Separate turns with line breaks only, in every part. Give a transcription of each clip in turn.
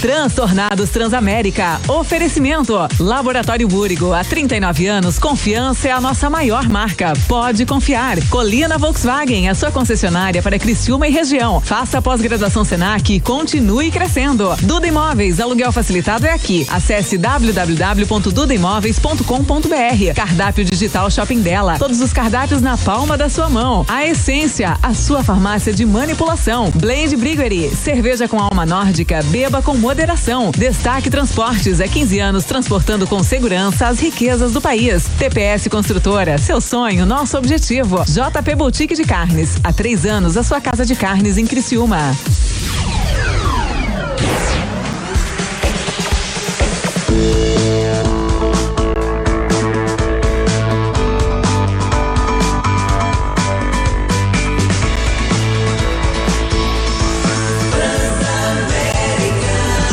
Transtornados Transamérica. Oferecimento. Laboratório Búrigo. Há 39 anos, confiança é a nossa maior marca. Pode confiar. Colina Volkswagen, a sua concessionária para Criciúma e região. Faça a pós-graduação Senac e continue crescendo. Duda Imóveis, aluguel facilitado é aqui. Acesse www.dudaimóveis.com.br. Cardápio digital shopping dela. Todos os cardápios na palma da sua mão. A Essência, a sua farmácia de manipulação. Blade Briguery, cerveja com alma nórdica, beba com moderação. Destaque Transportes, há 15 anos transportando com segurança as riquezas do país. TPS Construtora, seu sonho, nosso objetivo. JP Boutique de Carnes, há três anos a sua casa de carnes em Criciúma.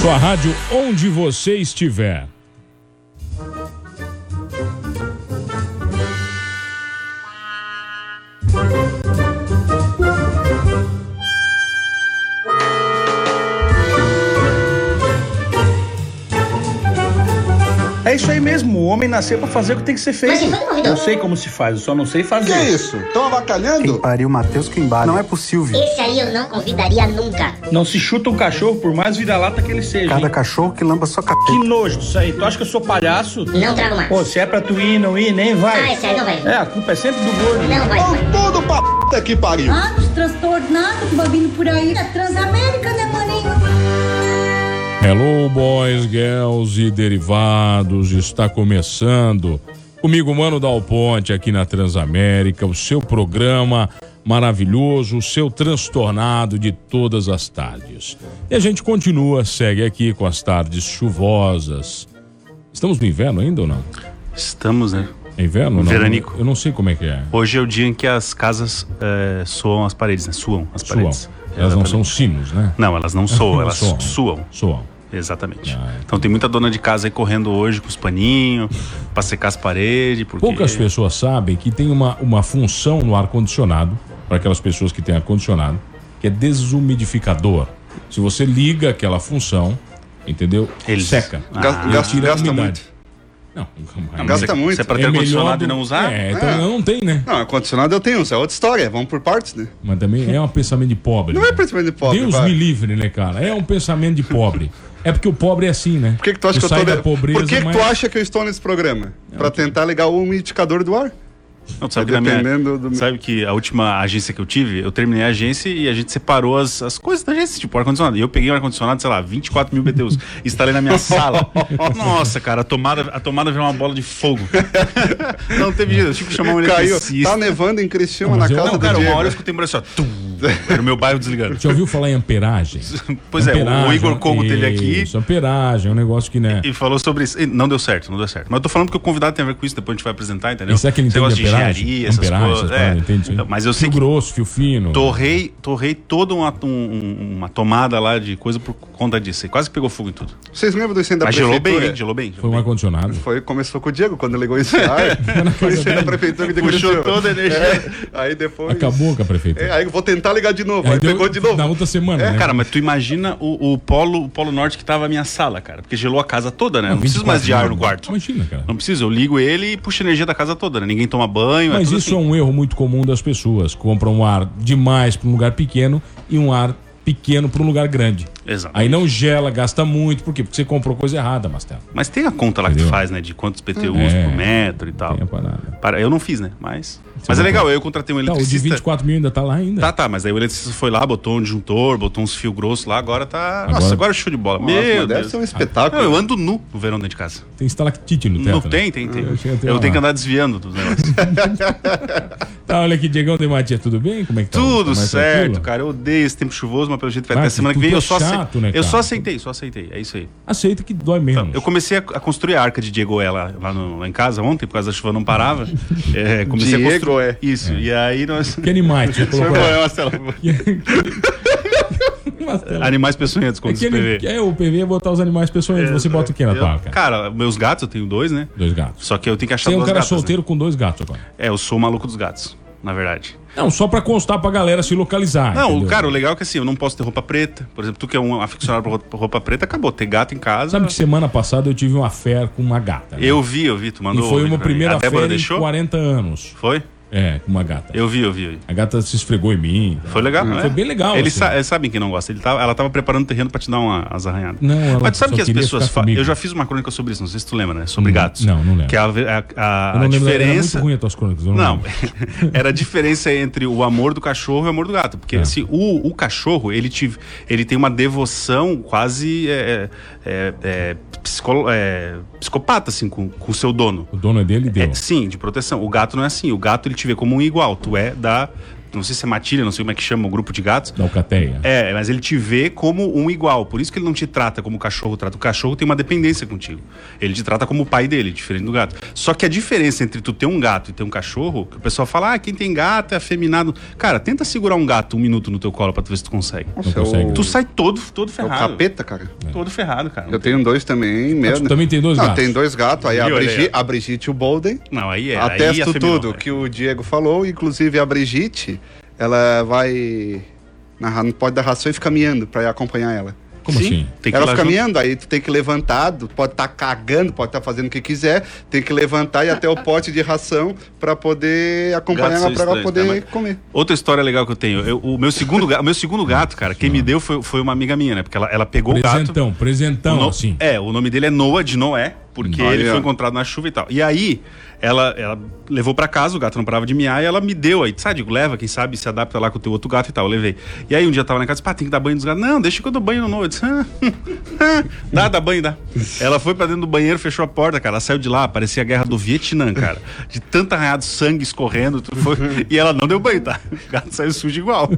Sua rádio onde você estiver.
É isso aí mesmo, o homem nasceu pra fazer o que tem que ser feito. Eu sei como se faz, eu só não sei fazer.
então, Que é isso? Estão avacalhando?
Pariu, Matheus Quimbara. Não é possível.
Esse aí eu não convidaria nunca.
Não se chuta um cachorro por mais vira-lata que ele seja.
Cada
hein?
cachorro que lamba sua
Que
cacete.
nojo disso aí. Tu acha que eu sou palhaço?
Não trago mais.
Pô, se é pra tu ir, não ir, nem vai.
Ah, esse aí não vai.
É, a culpa é sempre do gordo.
Não vai. vai.
Estão todo pra puta que pariu.
Ah, os transtornados, bobindo por aí. É Transamérica, né, maninho?
Hello, boys, girls e derivados. Está começando comigo, Mano Dal Ponte, aqui na Transamérica, o seu programa maravilhoso, o seu transtornado de todas as tardes. E a gente continua, segue aqui com as tardes chuvosas. Estamos no inverno ainda ou não?
Estamos, né?
É inverno? ou Não?
Veranico.
Eu não sei como é que é.
Hoje é o dia em que as casas eh, soam as paredes, né? Suam as
Suam.
paredes.
Elas não
Exatamente.
são sinos, né?
É, Não, elas não soam, elas
Soam.
suam.
Suam.
Exatamente.
Ah,
então tem muita dona de casa aí correndo hoje com os paninhos, pra secar as paredes, porque...
Poucas pessoas sabem que tem uma, uma função no ar-condicionado, para aquelas pessoas que têm ar-condicionado, que é desumidificador. Se você liga aquela função, entendeu?
Eles-
Seca.
Ah.
Gasta-
Ele
gasta
tira a
gasta
umidade.
muito.
Não, nunca
Não,
mais.
mas
Gasta
é-
muito.
Se é pra ter
melhor
ar-condicionado
do-
e não usar...
É, então
É.
não tem, né?
Não, ar-condicionado eu tenho, isso é outra história. Vamos por partes, né?
Mas também é um pensamento de pobre.
Não é
né?
pensamento de pobre,
Deus
vai.
me livre, né, cara? É um pensamento de pobre. É porque o pobre é assim, né?
Por que, que tu acha que eu
sai
tô.
da
ne-
pobreza,
Por que, que
mas... É
tu acha que eu estou nesse programa? pra tentar ligar o umidificador do ar?
Não, tu sabe,
Tá
que na minha-
dependendo do-
sabe que a última agência que eu tive, eu terminei a agência e a gente separou as, as coisas da agência, tipo ar-condicionado. E eu peguei um ar-condicionado, sei lá, 24 mil BTUs, instalei na minha sala. Nossa, cara, a tomada, a tomada virou uma bola de fogo. não teve jeito, eu tive que chamar um
Caiu.
eletricista.
Tá nevando em Criciúma
Não,
na
mas eu-
casa
Não,
do
cara, uma
Diego.
hora eu escutei um barulho assim, ó, tum, era o meu bairro desligando.
Já ouviu falar em amperagem?
Pois é, o- o
Amperagem,
Igor Como teve aqui
Isso, amperagem, é um negócio que, né?
e falou sobre isso. E não deu certo, não deu certo. Mas eu tô falando porque o convidado tem a ver com isso, depois a gente vai apresentar, entendeu?
E
é
será que ele
Esse
entende
negócio de
amperagem?
engenharia, essas
Amperagem,
coisas.
tá,
essas paradas,
é.
entende?
Então, Mas eu sei
fio
que
grosso, fio fino.
Torrei, torrei toda uma, um- uma tomada lá de coisa por conta disso. E quase pegou fogo em tudo.
Vocês lembram do incêndio da
Mas gelou bem,
prefeitura?
hein? Gelou bem. gelou
Foi um
bem.
ar-condicionado.
Foi, começou com o Diego quando ligou esse ar.
É.
Foi isso aí na prefeitura que É.
Puxou toda a energia.
Aí depois.
Acabou com a prefeitura.
É, aí eu vou tentar ligar de novo. Aí,
deu-
pegou de novo.
Na outra semana, né?
É, Cara, mas tu imagina o, o, polo, o polo norte que tava a minha sala, cara. Porque gelou a casa toda, né? Não, preciso mais de ar no quarto.
Imagina, cara.
Não preciso, eu ligo ele e puxo energia da casa toda, né? Ninguém toma banho.
Mas
tudo
isso é
assim.
um erro muito comum das pessoas. Compram um ar demais para um lugar pequeno e um ar pequeno para um lugar grande.
Exato.
Aí não gela, gasta muito. Por quê? Porque você comprou coisa errada, Mastela.
Mas tem a conta lá que tu
Entendeu?
faz, né? De quantos PTUs
É.
por metro e tal.
Tem a parada.
Para, eu não fiz, né? Mas, mas é legal, eu contratei um
Tá, o de
eletricista.
24 mil ainda tá lá ainda.
Tá, tá, mas aí o eletricista foi lá, botou um disjuntor, botou uns fios grossos lá, agora tá.
Agora-
Nossa, agora é show de bola.
Nossa, mas
Meu
deve
Deus.
ser um espetáculo.
Não, eu ando nu no verão dentro de casa.
Tem estalactite no teto.
não
né?
tem, tem, tem.
Eu
Eu,
tinha até uma-
tenho que andar desviando dos negócios.
Tá, olha aqui, Diegão de Matias, tudo bem? Como é que tá? Tá
Tudo
mais
certo,
tranquilo?
cara. Eu odeio esse tempo chuvoso, mas pelo jeito vai
Cara,
até semana que
tudo
vem.
é
Eu só, ace-
chato, né,
eu só
cara?
aceitei, só aceitei. É isso aí. Então,
Aceita que dói mesmo.
Tá, Eu comecei a, a construir a arca de Diego é lá, lá, no- lá em casa ontem, por causa da chuva não parava. É, comecei
Diego
a construir.
é.
Isso. E aí nós.
Que animais você
Foi
colocou?
bom,
lá?
é, Marcelo.
Mastela.
Animais peçonhentos,
É
como
que
diz o
ele-
PV.
é, o PV é botar os animais peçonhentos. Você bota o que na
Eu-
tua cara?
Cara, meus gatos, eu tenho dois, né?
Dois gatos.
Só que eu tenho que achar
Você é um
duas
cara
gatas, né?
solteiro com dois gatos agora.
É, eu sou o maluco dos gatos. na verdade.
Não, só pra constar pra galera se localizar.
Não,
entendeu?
cara, o legal é que assim, eu não posso ter roupa preta. Por exemplo, tu que é um aficionado por roupa- roupa preta, acabou. Ter gato em casa.
Sabe que semana passada eu tive uma fé com uma gata. né?
Eu vi, eu vi, tu
E
mandou.
foi
o
uma
vídeo pra mim.
primeira
A Débora
fé em
deixou?
40 anos.
Foi?
É, com uma gata.
Eu vi, eu vi.
A gata se esfregou em mim.
Foi legal, né?
Foi bem legal,
Eles
assim.
sa- eles sabem que não gosta. Ele tava- ela tava preparando o terreno pra te dar uma, umas arranhadas.
Não, ela
Mas tu sabe
só
que as
queria
pessoas
ficar
falam.
comigo.
Eu já fiz uma crônica sobre isso, não sei se tu lembra, né? Sobre
Hum,
gatos.
não, não lembro.
Que a, a- a-
Eu
a
não lembro, era muito
diferença.
ruim as tuas crônicas. eu
Não,
lembro.
era a diferença entre o amor do cachorro e o amor do gato. Porque assim, o, o cachorro, ele, te, ele tem uma devoção quase é, é, é, psicolo- é, psicopata, assim, com com o seu dono.
O dono é dele deu.
É, sim, de proteção. O gato não é assim. O gato, ele te vê como um igual. Tu é da... Não sei se é matilha, não sei como é que chama o grupo de gatos.
Da Alcateia.
É, mas ele te vê como um igual. Por isso que ele não te trata como o cachorro trata. O cachorro tem uma dependência contigo. Ele te trata como o pai dele, diferente do gato. Só que a diferença entre tu ter um gato e ter um cachorro, que o pessoal fala, ah, quem tem gato é afeminado. Cara, tenta segurar um gato um minuto no teu colo pra tu ver se tu consegue.
Nossa,
consegue.
o-
Tu sai todo, todo
É o
ferrado.
capeta, cara.
Todo ferrado, cara.
Eu tenho dois também,
Ah,
merda.
tu também tem dois
Não,
gatos?
tem dois gatos. Aí a,
Viu, olha
Brigi,
aí, ó.
a Brigitte e o Bolden.
Não, aí é. aí
atesto
afeminou,
tudo
né?
que o Diego falou. Inclusive a Brigitte, ela vai na ra- no pote da ração e fica miando pra acompanhar ela.
Como assim?
Tem que ir
ela
lá
fica
junto.
miando, aí tu tem que levantar, tu pode estar cagando, pode estar fazendo o que quiser, tem que levantar e ir até o pote de ração pra poder acompanhar
Gatos são
ela um pra ela
estranhos,
poder
né? Mas-
comer.
Outra história legal que eu tenho. Eu- o meu segundo, ga- o meu segundo gato, cara, quem me deu foi, foi uma amiga minha, né? Porque ela, ela pegou o gato.
Presentão,
O
presentão,
no-
assim.
É, o nome dele é Noah de Noé, porque
Olha.
ele foi encontrado na chuva e tal. E aí, ela, ela levou pra casa, o gato não parava de miar, e ela me deu aí, sabe, digo, leva, quem sabe, se adapta lá com o teu outro gato e tal, eu levei. E aí, um dia eu tava na casa, pá, tem que dar banho nos gatos. Não, deixa que eu dou banho no Noah. Eu disse, ah, dá, dá banho, dá. Ela foi pra dentro do banheiro, fechou a porta, cara, ela saiu de lá, parecia a guerra do Vietnã, cara. De tanto arranhado, sangue escorrendo, tudo foi, e ela não deu banho, tá? O gato saiu sujo igual.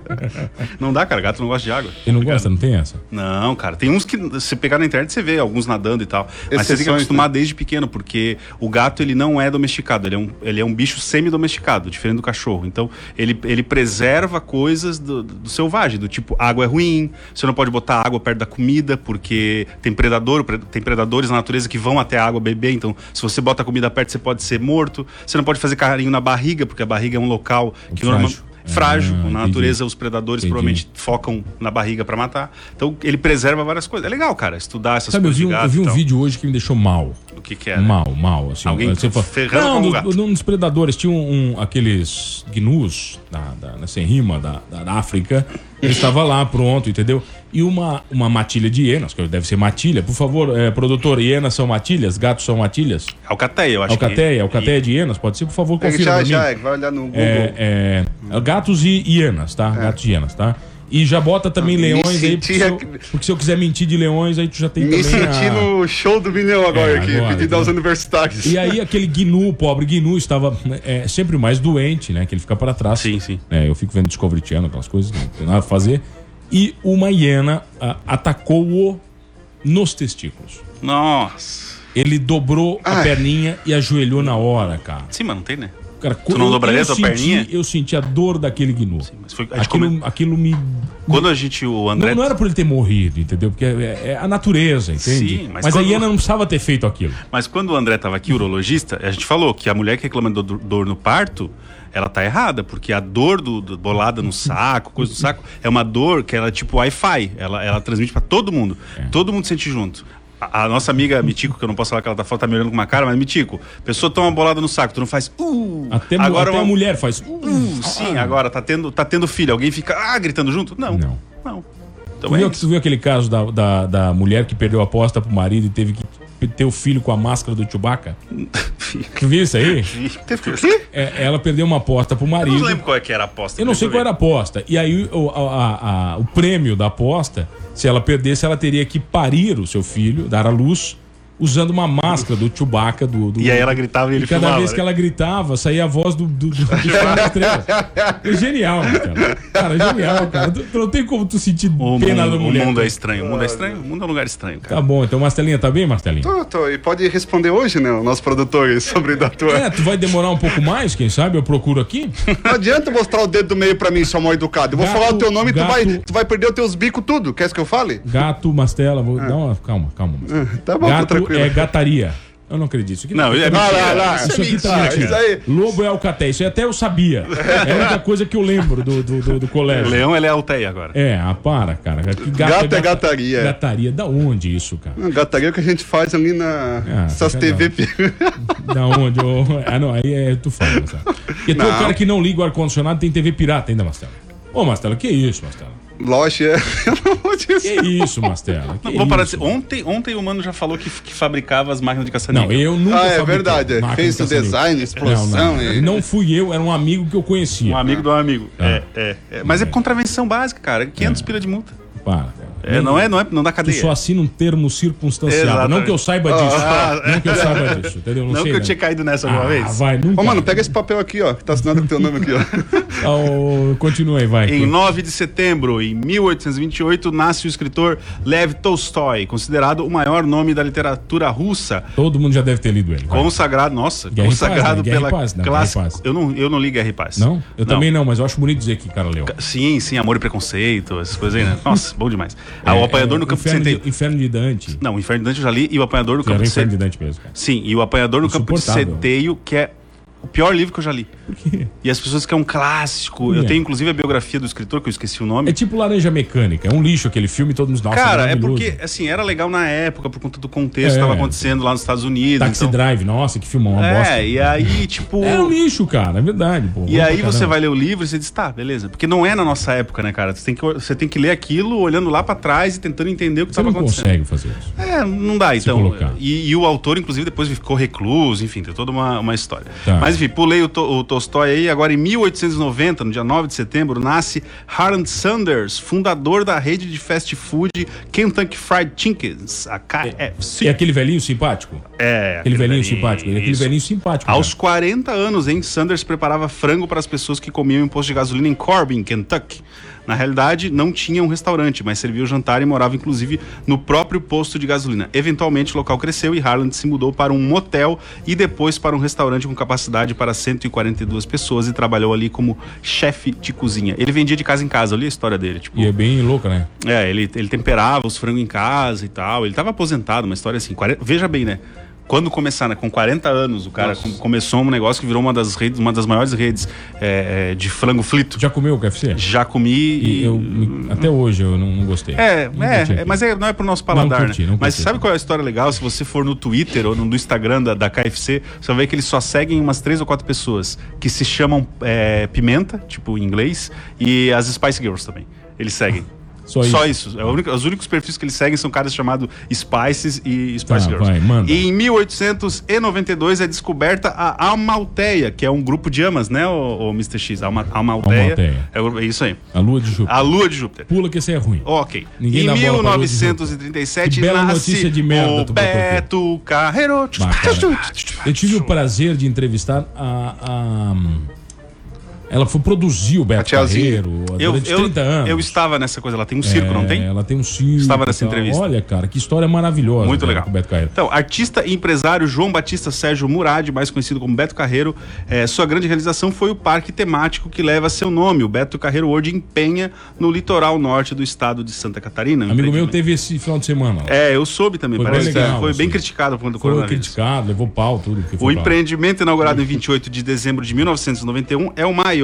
Não dá, cara, gato não gosta de água.
Ele não gosta, não tem essa?
Não, cara, tem uns que você pegar na internet você vê alguns nadando e tal. Mas você tem que
Exceções,
né?
acostumar desde pequeno, porque o gato ele não é domesticado, ele é um, ele é um bicho semi-domesticado, diferente do cachorro. Então, ele, ele preserva coisas do, do selvagem, do tipo água é ruim, você não pode botar água perto da comida, porque tem predador, pre- tem predadores na natureza que vão até a água beber, então se você bota a comida perto, você pode ser morto. Você não pode fazer carinho na barriga, porque a barriga é um local que
Frágil.
normalmente frágil,
Ah,
na
entendi.
natureza os predadores
Entendi.
provavelmente focam na barriga pra matar. Então ele preserva várias coisas. É legal, cara, estudar essas
Sabe, eu
coisas.
vi,
de
um-
gato
eu vi
e
um
tal.
vídeo hoje que me deixou mal.
O que, que é? né?
Mal, mal, assim.
Alguém
Você fala,
ferrando
não,
com
do,
o gato.
do- um dos predadores. Tinha um, um- aqueles gnus, da, da, nessa rima da, da, da África. Ele estava lá, pronto, entendeu? E uma, uma matilha de hienas, que deve ser matilha. Por favor, eh, produtor, hienas são matilhas? Gatos são matilhas?
Alcateia, eu acho
Alcateia,
que.
alcateia de hienas? Pode ser, por favor,
Pega
confira
já,
pra mim.
já, vai olhar no Google.
É,
Hum.
é, gatos e hienas, tá?
É.
Gatos e hienas, tá? E já bota
Ah,
também
Me
leões aí, porque
senti
se, eu,
aqui-
porque se eu quiser mentir de leões, aí tu já tem
Me
também a-
senti no show do Mineu agora,
É,
aqui,
agora,
pedindo
então.
aos universitários.
E aí aquele Gnu, o pobre Gnu, estava é, sempre mais doente, né? Que ele fica para trás.
Sim, sim.
É, eu fico vendo Discovery Channel, aquelas coisas, não tem nada a fazer. E uma hiena ah, atacou-o nos testículos.
Nossa.
Ele dobrou a
Ai.
perninha e ajoelhou na hora, cara.
Sim, mas não tem, né?
cara
Tu não
eu-
dobraria
eu
tua
senti-
perninha?
Eu senti a dor daquele Gnu.
Mas foi, a gente
Aquilo,
come-
aquilo me.
Quando a gente, o André.
Não, não era por ele ter morrido, entendeu? Porque é, é a natureza, entende?
Sim,
mas
mas quando-
a hiena não precisava ter feito aquilo.
Mas quando o André estava aqui, urologista, a gente falou que a mulher que reclama do do- dor no parto, ela tá errada, porque a dor do, do- bolada no saco, coisa do saco, é uma dor que ela é tipo Wi-Fi, ela, ela transmite para todo mundo.
É.
Todo mundo sente junto. A, a nossa amiga Mitico, que eu não posso falar que ela tá fora, tá me olhando com uma cara, mas Mitico, pessoa toma bolada no saco, tu não faz uh,
Até,
agora
até
uma
a mulher faz. Ah,
uh, sim, agora tá tendo, tá tendo filho, alguém fica ah, gritando junto? Não.
Não.
Não. Então
Tu
é
viu,
isso.
tu viu aquele caso da, da, da mulher que perdeu a aposta pro marido e teve que ter o filho com a máscara do Chewbacca? tu viu isso aí?
Teve que-
É, ela perdeu uma aposta pro
Eu
marido.
não lembro qual é que era a aposta.
Eu não sei qual era a aposta. E aí o, a- a- a- o prêmio da aposta, se ela perdesse, ela teria que parir o seu filho, dar à luz, usando uma máscara do Chewbacca. Do, do-
E aí ela gritava e ele
E cada
filmava,
vez
né?
que ela gritava, saía a voz do, do, do, do Cara da Estrela. É genial, cara. Cara, é genial, cara. Tu, tu não tem como tu sentir
O
pena
mundo,
da
o
mulher.
mundo é
cara.
estranho. O mundo é estranho? O mundo é um lugar estranho, cara.
Tá bom, então Marcelinha, tá bem, Marcelinha?
Tô, tô, e pode responder hoje, né, o nosso produtor aí, sobre da tua.
É, tu vai demorar um pouco mais, quem sabe? Eu procuro aqui.
Não adianta mostrar o dedo do meio pra mim, seu mal educado. Eu vou
Gato,
falar o teu nome e tu
gato.
vai, tu vai perder os teus bicos tudo. Queres que eu fale?
Gato, mastela, vou. Dá uma. Calma, calma. Mastela.
Ah. tá bom, tá
Gato
tranquilo.
é gataria. Eu não acredito. Isso aqui
Não, é
Ah, lá,
mentira.
lá.
Isso aqui tá
Ah,
mentira.
isso aí.
Lobo é alcaté. Isso aí até eu sabia. É a única coisa que eu lembro do, do, do, do colégio.
Leão, ele é alteia agora.
É, ah, para, cara. Que
Gato é gataria.
Gataria. Da onde isso, cara?
Uma Gataria é que a gente faz ali na.
Ah,
essas TV.
sacanagem. Da onde? Ô, Ah, não, aí é tu fala, Marcelo. Porque tu é o
Não.
cara que não liga o ar-condicionado tem TV pirata ainda, Marcelo. Ô, Marcelo, que isso, Marcelo?
Loja. é. Pelo amor de
Que isso, Marcelo? Que
Não, vou parar de
isso?
ser- ontem, ontem o mano já falou que, que fabricava as máquinas de caça-níquel.
Não, eu nunca.
Ah, é
fabriquei
verdade, é.
máquina
Fez
de
o
caça-níquel.
design, explosão
Não, não,
e-
não fui eu, era um amigo que eu conhecia.
Um amigo do amigo. É, é, é. Mas é
Ah. É.
contravenção básica, cara. 500 pila de multa.
Para, cara.
É, não é, não é, não dá
Tu
cadeia.
só assina um termo circunstanciado.
Exatamente.
Não que eu saiba disso.
Ah,
não que eu saiba disso, entendeu? Não,
Não
sei,
que eu
né?
tinha caído nessa alguma
ah,
vez.
Vai, nunca.
Ô, mano, pega esse papel aqui, ó, que tá assinado com teu nome aqui, ó.
Ah, ô, continua aí, vai.
Em 9 de setembro, em 1828, nasce o escritor Lev Tolstói, considerado o maior nome da literatura russa,
Todo mundo já deve ter lido ele. vai.
consagrado, nossa,
Guerra e Paz,
consagrado
né? Guerra e
pela
Paz, não, Guerra e
classe.
Paz.
Eu não, eu não li Guerra e Paz.
Não? Eu também não, mas eu acho bonito dizer que, cara, leu.
Sim, sim, amor e preconceito, essas coisas aí, né? Nossa, bom demais. Ah, o
É,
apanhador
é,
no campo de
Inferno
centeio.
de, Inferno de Dante.
Não, o Inferno de Dante eu já li e o apanhador no
Já
campo
era
de
Inferno de
centeio.
Dante mesmo, cara.
Sim, e o apanhador no campo de
Insuportável.
centeio, que é o pior livro que eu já li.
Por quê?
E as pessoas que é um clássico.
Por
Eu
quê?
tenho inclusive a biografia do escritor, que eu esqueci o nome.
É tipo Laranja Mecânica. É um lixo aquele filme, todo mundo... Nossa,
Cara, é
maravilhoso.
porque, assim, era legal na época, por conta do contexto que
É.
tava acontecendo lá nos Estados Unidos.
Taxi
então-
Drive, nossa, que filmão, uma
É,
bosta.
e aí, tipo.
É um lixo, cara, é verdade, pô.
E
Ruim
aí
pra
você
caramba.
vai ler o livro e você diz, tá, beleza. Porque não é na nossa época, né, cara? Você tem que, você tem que ler aquilo olhando lá pra trás e tentando entender o que
Você
tava
não
acontecendo.
consegue fazer isso.
É, não dá, então.
colocar.
E, e o autor, inclusive, depois ficou recluso, enfim, tem toda uma, uma história.
Tá.
Mas, enfim, pulei o, to, o Tolstói aí. Agora, em 1890, no dia 9 de setembro, nasce Harold Sanders, fundador da rede de fast food Kentucky Fried Chickens, a KFC.
E é aquele velhinho simpático?
É,
Aquele velhinho simpático, ele é aquele
isso.
velhinho simpático.
Aos
cara.
40 anos, hein, Sanders preparava frango para as pessoas que comiam em posto de gasolina em Corbin, Kentucky. Na realidade, não tinha um restaurante, mas servia o jantar e morava inclusive no próprio posto de gasolina. Eventualmente, o local cresceu e Harland se mudou para um motel e depois para um restaurante com capacidade para 142 pessoas e trabalhou ali como chefe de cozinha. Ele vendia de casa em casa, olha a história dele, tipo,
E é bem louco, né?
é, ele, ele temperava os frangos em casa e tal. Ele tava aposentado, uma história assim. 40 veja bem, né? Quando começar, né? Com 40 anos, o cara com- começou um negócio que virou uma das redes, uma das maiores redes é, é, de frango frito. Já,
Já comeu o KFC?
comi
E
e.
eu, me- até hoje eu não, não gostei.
É,
Nunca
é,
tinha
é, mas é- não é pro nosso paladar,
curti,
né?
não
Mas
curti.
sabe qual é a história legal? Se você for no Twitter ou no Instagram da, da KFC, você vai ver que eles só seguem umas três ou quatro pessoas que se chamam é, Pimenta, tipo em inglês, e as Spice Girls também. Eles seguem.
Só
Só
isso.
isso. É o único- os únicos perfis que eles seguem são caras chamados Spices e Spice
Tá,
Girls.
vai, manda.
E em 1892 é descoberta a Amalteia, que é um grupo de amas, né, o, Mr. X? Alma, Amalteia.
Amalteia.
É, o- é isso aí.
A lua de Júpiter.
A Lua de Júpiter.
Pula que esse é ruim.
Ok.
Ninguém
em
dá bola pra Lua de Júpiter. Que
1937
bela
nasce
notícia de merda
o
tu botou aqui.
Beto Carreiro.
Bah, cara. Eu tive o prazer de entrevistar a. a- Ela foi produzir o Beto
tiazinha.
Carreiro
Eu,
durante
eu,
30 anos.
eu estava nessa coisa, ela tem um circo, não
É,
tem?
Ela tem um circo.
Estava nessa
e tal.
entrevista.
Olha, cara, que história maravilhosa.
Muito
cara,
legal.
um com o Beto Carreiro.
Então, artista e empresário João Batista Sérgio Murad, mais conhecido como Beto Carreiro, eh, sua grande realização foi o parque temático que leva seu nome, o Beto Carreiro World Empenha, no litoral norte do estado de Santa Catarina.
Amigo meu
Empreendimento.
teve esse final de semana. lá.
É, eu soube também,
Foi
parece
bem
que
legal,
foi bem
sim.
criticado quando o
Foi
coronavírus.
criticado, levou pau, tudo. que
O
foi pra lá.
empreendimento inaugurado em 28 de dezembro de 1991 é o maior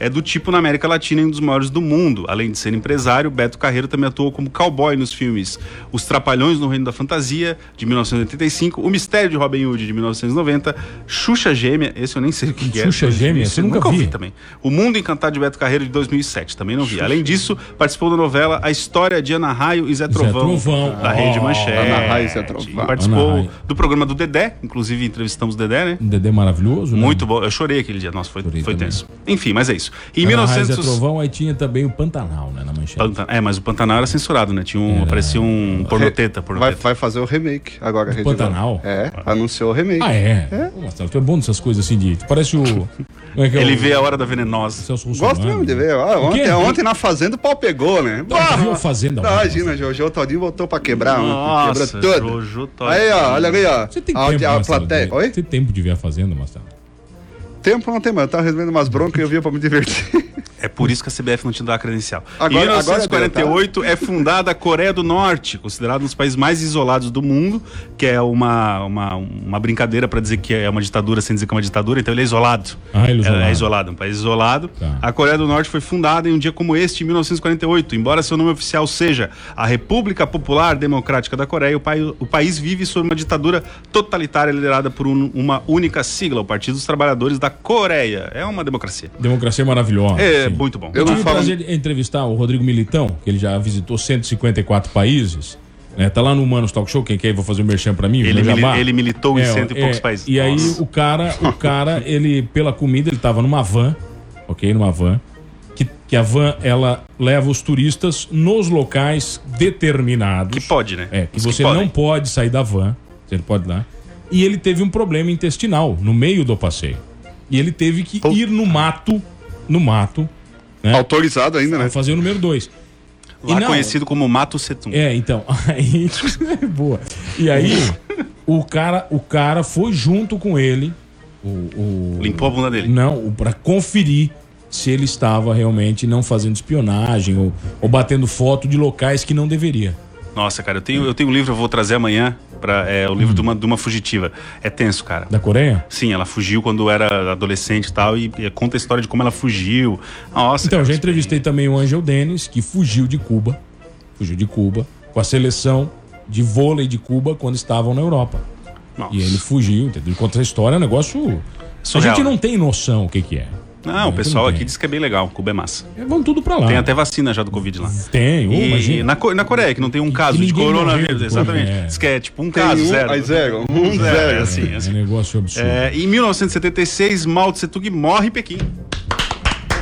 é do tipo na América Latina e um dos maiores do mundo. Além de ser empresário, Beto Carreiro também atuou como cowboy nos filmes Os Trapalhões no Reino da Fantasia, de 1985, O Mistério de Robin Hood, de 1990, Xuxa Gêmea, esse eu nem sei o que, que é.
Xuxa Gêmea? Você
Eu
nunca
ouvi
vi.
também. O Mundo Encantado de Beto Carreiro, de 2007, também não vi. Além disso, participou da novela A História de Ana Raio e Zé Trovão,
Trovão.
da Rede
Oh,
Manchete.
Ana Raio e Zé Trovão.
Participou
Ana Raio.
do programa do Dedé, inclusive entrevistamos o Dedé, né?
Um Dedé maravilhoso, né?
Muito bom. Eu chorei aquele dia. Nossa, foi,
Chorei
foi
também.
tenso. Enfim, mas é isso. Em
Ana Raiz
1900...
é Trovão, aí tinha também o Pantanal, né, na manchete.
Panta- É, mas o Pantanal era censurado, né? Tinha um, Aparecia um pornoteta.
Vai,
pornoteta.
vai fazer o remake agora, Rede
Pantanal?
Globo. É, anunciou o remake.
Ah, é? Ô, Marcelo, tu é bom dessas coisas assim de... Tu parece o... Como é que é
Ele
o-
vê a hora da venenosa.
Celso Russomano.
Gosto mesmo de ver. Ah,
O quê?
ontem, ontem na Fazenda o pau pegou, né?
Tu viu a Fazenda?
Não,
ontem,
imagina, Jojo Todinho voltou pra quebebrar, mano.
Nossa,
Quebrou tudo.
Jojo Todinho.
Aí, ó, olha aí, ó.
Você tem
a,
tempo,
a
Marcelo,
plateia.
de-
Oi?
Você tem tempo de ver a Fazenda, Marcelo?
Tempo não tem, mano. Eu tava resolvendo umas broncas e eu via pra me divertir.
É por isso que a CBF não te dá a credencial.
Agora- é tá?
em 1948 é fundada a Coreia do Norte, considerada um dos países mais isolados do mundo, que é uma, uma, uma brincadeira para dizer que é uma ditadura sem dizer que é uma ditadura, então ele é isolado.
Ah, ele é
é
isolado.
É isolado, um país isolado.
Tá.
A Coreia do Norte foi fundada em um dia como este, em 1948. Embora seu nome oficial seja a República Popular Democrática da Coreia, o, pai- o país vive sob uma ditadura totalitária liderada por um- uma única sigla, o Partido dos Trabalhadores da Coreia. É uma democracia.
Democracia maravilhosa.
É,
sim.
muito bom.
Eu
Eu
não
tive o
falo-
prazer de entrevistar o Rodrigo Militão, que ele já visitou 154 países. Né? Tá lá no Manos Talk Show, quem quer vou fazer o merchan pra mim?
Ele
meu jabá.
mili- ele militou em cento e poucos países.
é, E aí
Nossa.
o cara, o cara, ele, pela comida, ele tava numa van, ok? Numa van. Que, que a van, ela leva os turistas nos locais determinados.
Que pode, né?
É, que
Os
você
podem.
não pode sair da van. Você não pode ir lá. E ele teve um problema intestinal no meio do passeio. E ele teve que ir no mato, no mato, né?
Autorizado ainda, né?
Pra fazer o número 2.
Lá conhecido como Mato Setum.
É, então, aí é boa. E aí o cara, o cara foi junto com ele, o, o-
Limpou a bunda dele.
não, o- pra conferir se ele estava realmente não fazendo espionagem ou, ou batendo foto de locais que não deveria.
Nossa, cara, eu tenho, eu tenho um livro, eu vou trazer amanhã. Pra, é o
Hum.
livro de, uma, de uma fugitiva. É tenso, cara.
Da Coreia?
Sim, ela fugiu quando era adolescente e tal, e, e conta a história de como ela fugiu. Nossa.
Então, eu
cara,
já entrevistei também o Angel Dennis, que fugiu de Cuba. Fugiu de Cuba com a seleção de vôlei de Cuba quando estavam na Europa.
Nossa.
E ele fugiu, entendeu? Conta essa história, é um negócio.
Surreal,
a gente não
né?
tem noção o que, que é.
Não, o
Não
pessoal
tem.
aqui diz que é bem legal, Cuba é massa.
É, Vão tudo pra lá.
Tem até vacina já do Covid lá.
Tem, ô,
E
imagina.
na, Co- na Coreia, que não tem um caso
que
de
ninguém morreu
coronavírus,
de
exatamente.
Covid, é.
Diz que é tipo um
Tem
caso,
um,
zero.
aí zero. Um, zero.
Zero, é assim, é
É um
assim.
negócio absurdo.
É, em 1976, Mao Tse Tung morre em Pequim.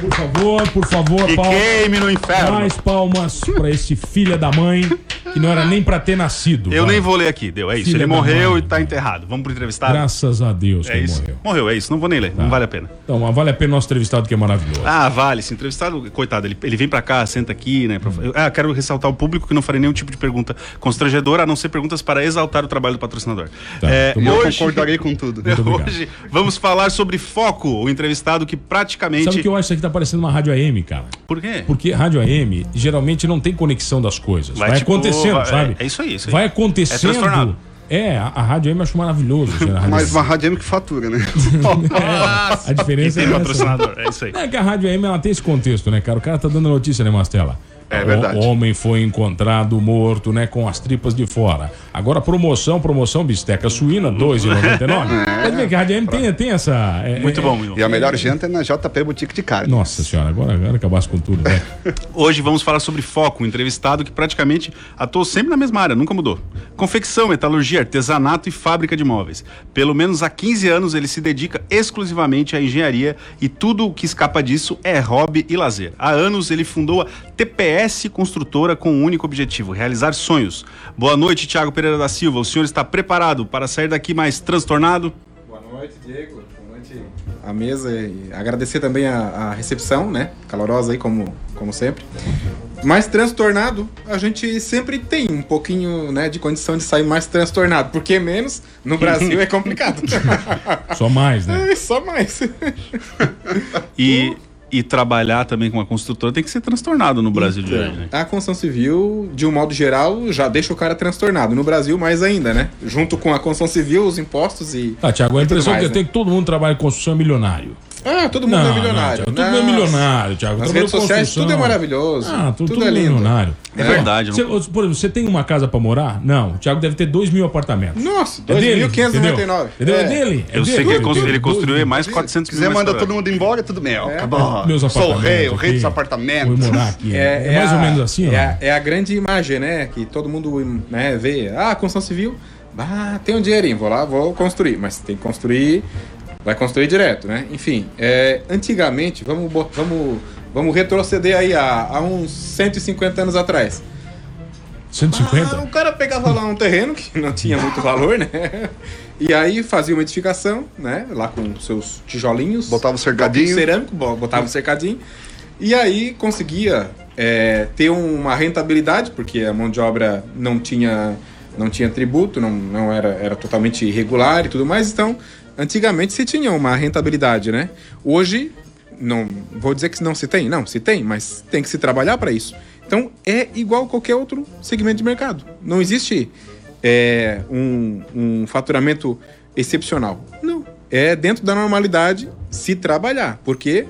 Por favor, por favor,
E
palmas.
queime no inferno.
Mais palmas pra esse filha da mãe que não era nem pra ter nascido.
Eu
vai.
nem vou ler aqui, deu. É isso.
Filha
Ele
da
morreu
mãe.
e tá enterrado. Vamos pro entrevistado?
Graças a Deus que
é isso.
morreu.
Morreu, é isso. Não vou nem ler, não vale a pena.
Então, mas vale a pena o nosso entrevistado que é maravilhoso.
Ah, vale. Se entrevistado, coitado, ele, ele vem pra cá, senta aqui, né? pra- Eu- ah, quero ressaltar o público que não farei nenhum tipo de pergunta constrangedora, a não ser perguntas para exaltar o trabalho do patrocinador.
Tá,
É,
então
Eu
hoje,
concordarei com tudo.
Muito obrigado.
hoje vamos falar sobre foco, o entrevistado que praticamente.
Sabe o que eu acho que isso aqui tá parecendo uma rádio AM, cara?
Por quê?
Porque rádio AM geralmente não tem conexão das coisas. Vai,
Vai, tipo,
acontecendo,
vai-
sabe?
é isso aí, isso aí.
Vai
É
acontecendo.
transtornado.
É, a, a rádio AM eu acho maravilhoso. ser a rádio
Mas
AM.
uma rádio AM que fatura, né?
Nossa,
a diferença
e
é
tem
essa.
patrocinador, é isso aí.
É que a Rádio AM ela tem esse contexto, né, cara? O cara tá dando a notícia, né, Mastela?
É verdade.
O homem foi encontrado morto, né, com as tripas de fora. Agora, promoção, promoção, bisteca suína, R$ 2,99. Pode ver que a Rádio AM tem, tem essa... é-
Muito
é-
bom, Will.
E a melhor janta é na JP Boutique de Carne.
Nossa senhora, agora, agora acabasse com tudo, né?
Hoje vamos falar sobre foco, um entrevistado que praticamente atuou sempre na mesma área, nunca mudou. Confecção, metalurgia, artesanato e fábrica de móveis. Pelo menos há 15 anos ele se dedica exclusivamente à engenharia e tudo o que escapa disso é hobby e lazer. Há anos ele fundou a TPS Construtora com um único objetivo, realizar sonhos. Boa noite, Tiago Pereira da Silva. O senhor está preparado para sair daqui mais transtornado?
Boa noite, Diego. Boa noite à mesa e agradecer também a, a recepção, né? Calorosa aí, como, como sempre. Mas transtornado, a gente sempre tem um pouquinho né, de condição de sair mais transtornado, porque menos no Brasil é complicado.
Só mais, né?
É Só mais.
E, e trabalhar também com uma construtora tem que ser transtornado no Brasil de hoje, né?
A construção civil, de um modo geral, já deixa o cara transtornado. No Brasil, mais ainda, né? Junto com a construção civil, os impostos e.
Tá, Tiago, a impressão
mais,
que eu
né?
tenho é que todo mundo trabalha em construção é milionário.
Ah, todo mundo é milionário.
Não, Thiago, todo mundo é
Nossa.
milionário, Tiago.
Nas
Trabalhou
redes sociais,
construção.
tudo é maravilhoso.
Ah, tu-
tudo,
tudo,
é lindo.
milionário.
É verdade,
Você,
não-
por exemplo, você tem uma casa pra morar? Não. O Thiago deve ter dois mil apartamentos.
Nossa,
É dele, entendeu?
2.599.
Entendeu? É, dele. é
Eu sei
dele.
que ele,
Dois
constru-
mil,
ele
dois
construiu
mil.
mais 400
Se quiser,
mil É.
manda
metros
todo mundo embora, tudo bem. ó, Acabou.
Meus
Sou o
apartamentos.
rei, o rei dos
aqui. Vou
apartamentos.
morar aqui. É,
É,
mais
é
ou
a-
menos assim,
é
ó.
a, é a grande imagem, né? Que todo mundo né, vê. Ah, construção civil. Ah, tem um dinheirinho, vou lá, vou construir. Mas tem que construir, vai construir direto, né? Enfim, é, antigamente, vamos, bo- vamos, vamos retroceder aí a, a uns 150 anos atrás.
150?
Ah, o cara pegava lá um terreno que não tinha muito valor, né? E aí fazia uma edificação, né? Lá com seus tijolinhos.
Botava o cercadinho.
bloquinho Cerâmico, bo- botava um cercadinho. E aí conseguia é, ter uma rentabilidade, porque a mão de obra não tinha, não tinha tributo, não, não era, era totalmente irregular e tudo mais. Então, antigamente se tinha uma rentabilidade, né? Hoje não vou dizer que não se tem, não, se tem, mas tem que se trabalhar para isso. Então é igual qualquer outro segmento de mercado. Não existe é, um, um faturamento excepcional. Não. É dentro da normalidade se trabalhar, porque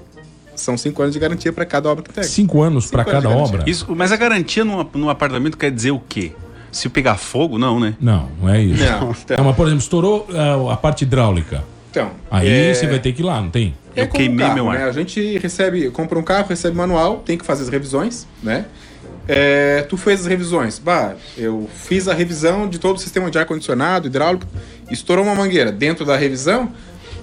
são cinco anos de garantia para cada obra que tem.
Cinco anos para
anos
cada
de
obra?
Isso, mas a garantia num, num apartamento quer dizer o quê? Se pegar fogo, não, né?
Não, não é isso.
Não,
Não,
então,
mas, por exemplo, estourou ah, a parte hidráulica.
então,
Aí
é-
você vai ter que ir lá, não tem?
É
Eu
como
queimei
um carro,
meu ar.
Né? A gente recebe, compra um carro, recebe manual, tem que fazer as revisões, né? É, tu fez as revisões. Bah, eu fiz a revisão de todo o sistema de ar-condicionado, hidráulico, estourou uma mangueira. Dentro da revisão,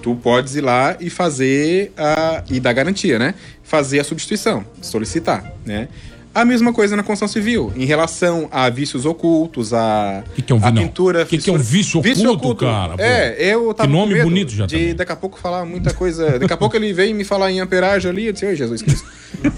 tu podes ir lá e fazer a. e dar garantia, né? Fazer a substituição, solicitar, né? A mesma coisa na construção civil, em relação a vícios ocultos, a,
Que que é um vi-
a
não.
pintura.
Que que é um vício oculto, cara? Pô.
É, eu tava
Que
com
nome
medo
bonito já
de
também.
daqui a pouco falar muita coisa. Daqui a pouco ele vem me falar em amperagem ali. Eu disse, "Oi, Jesus Cristo.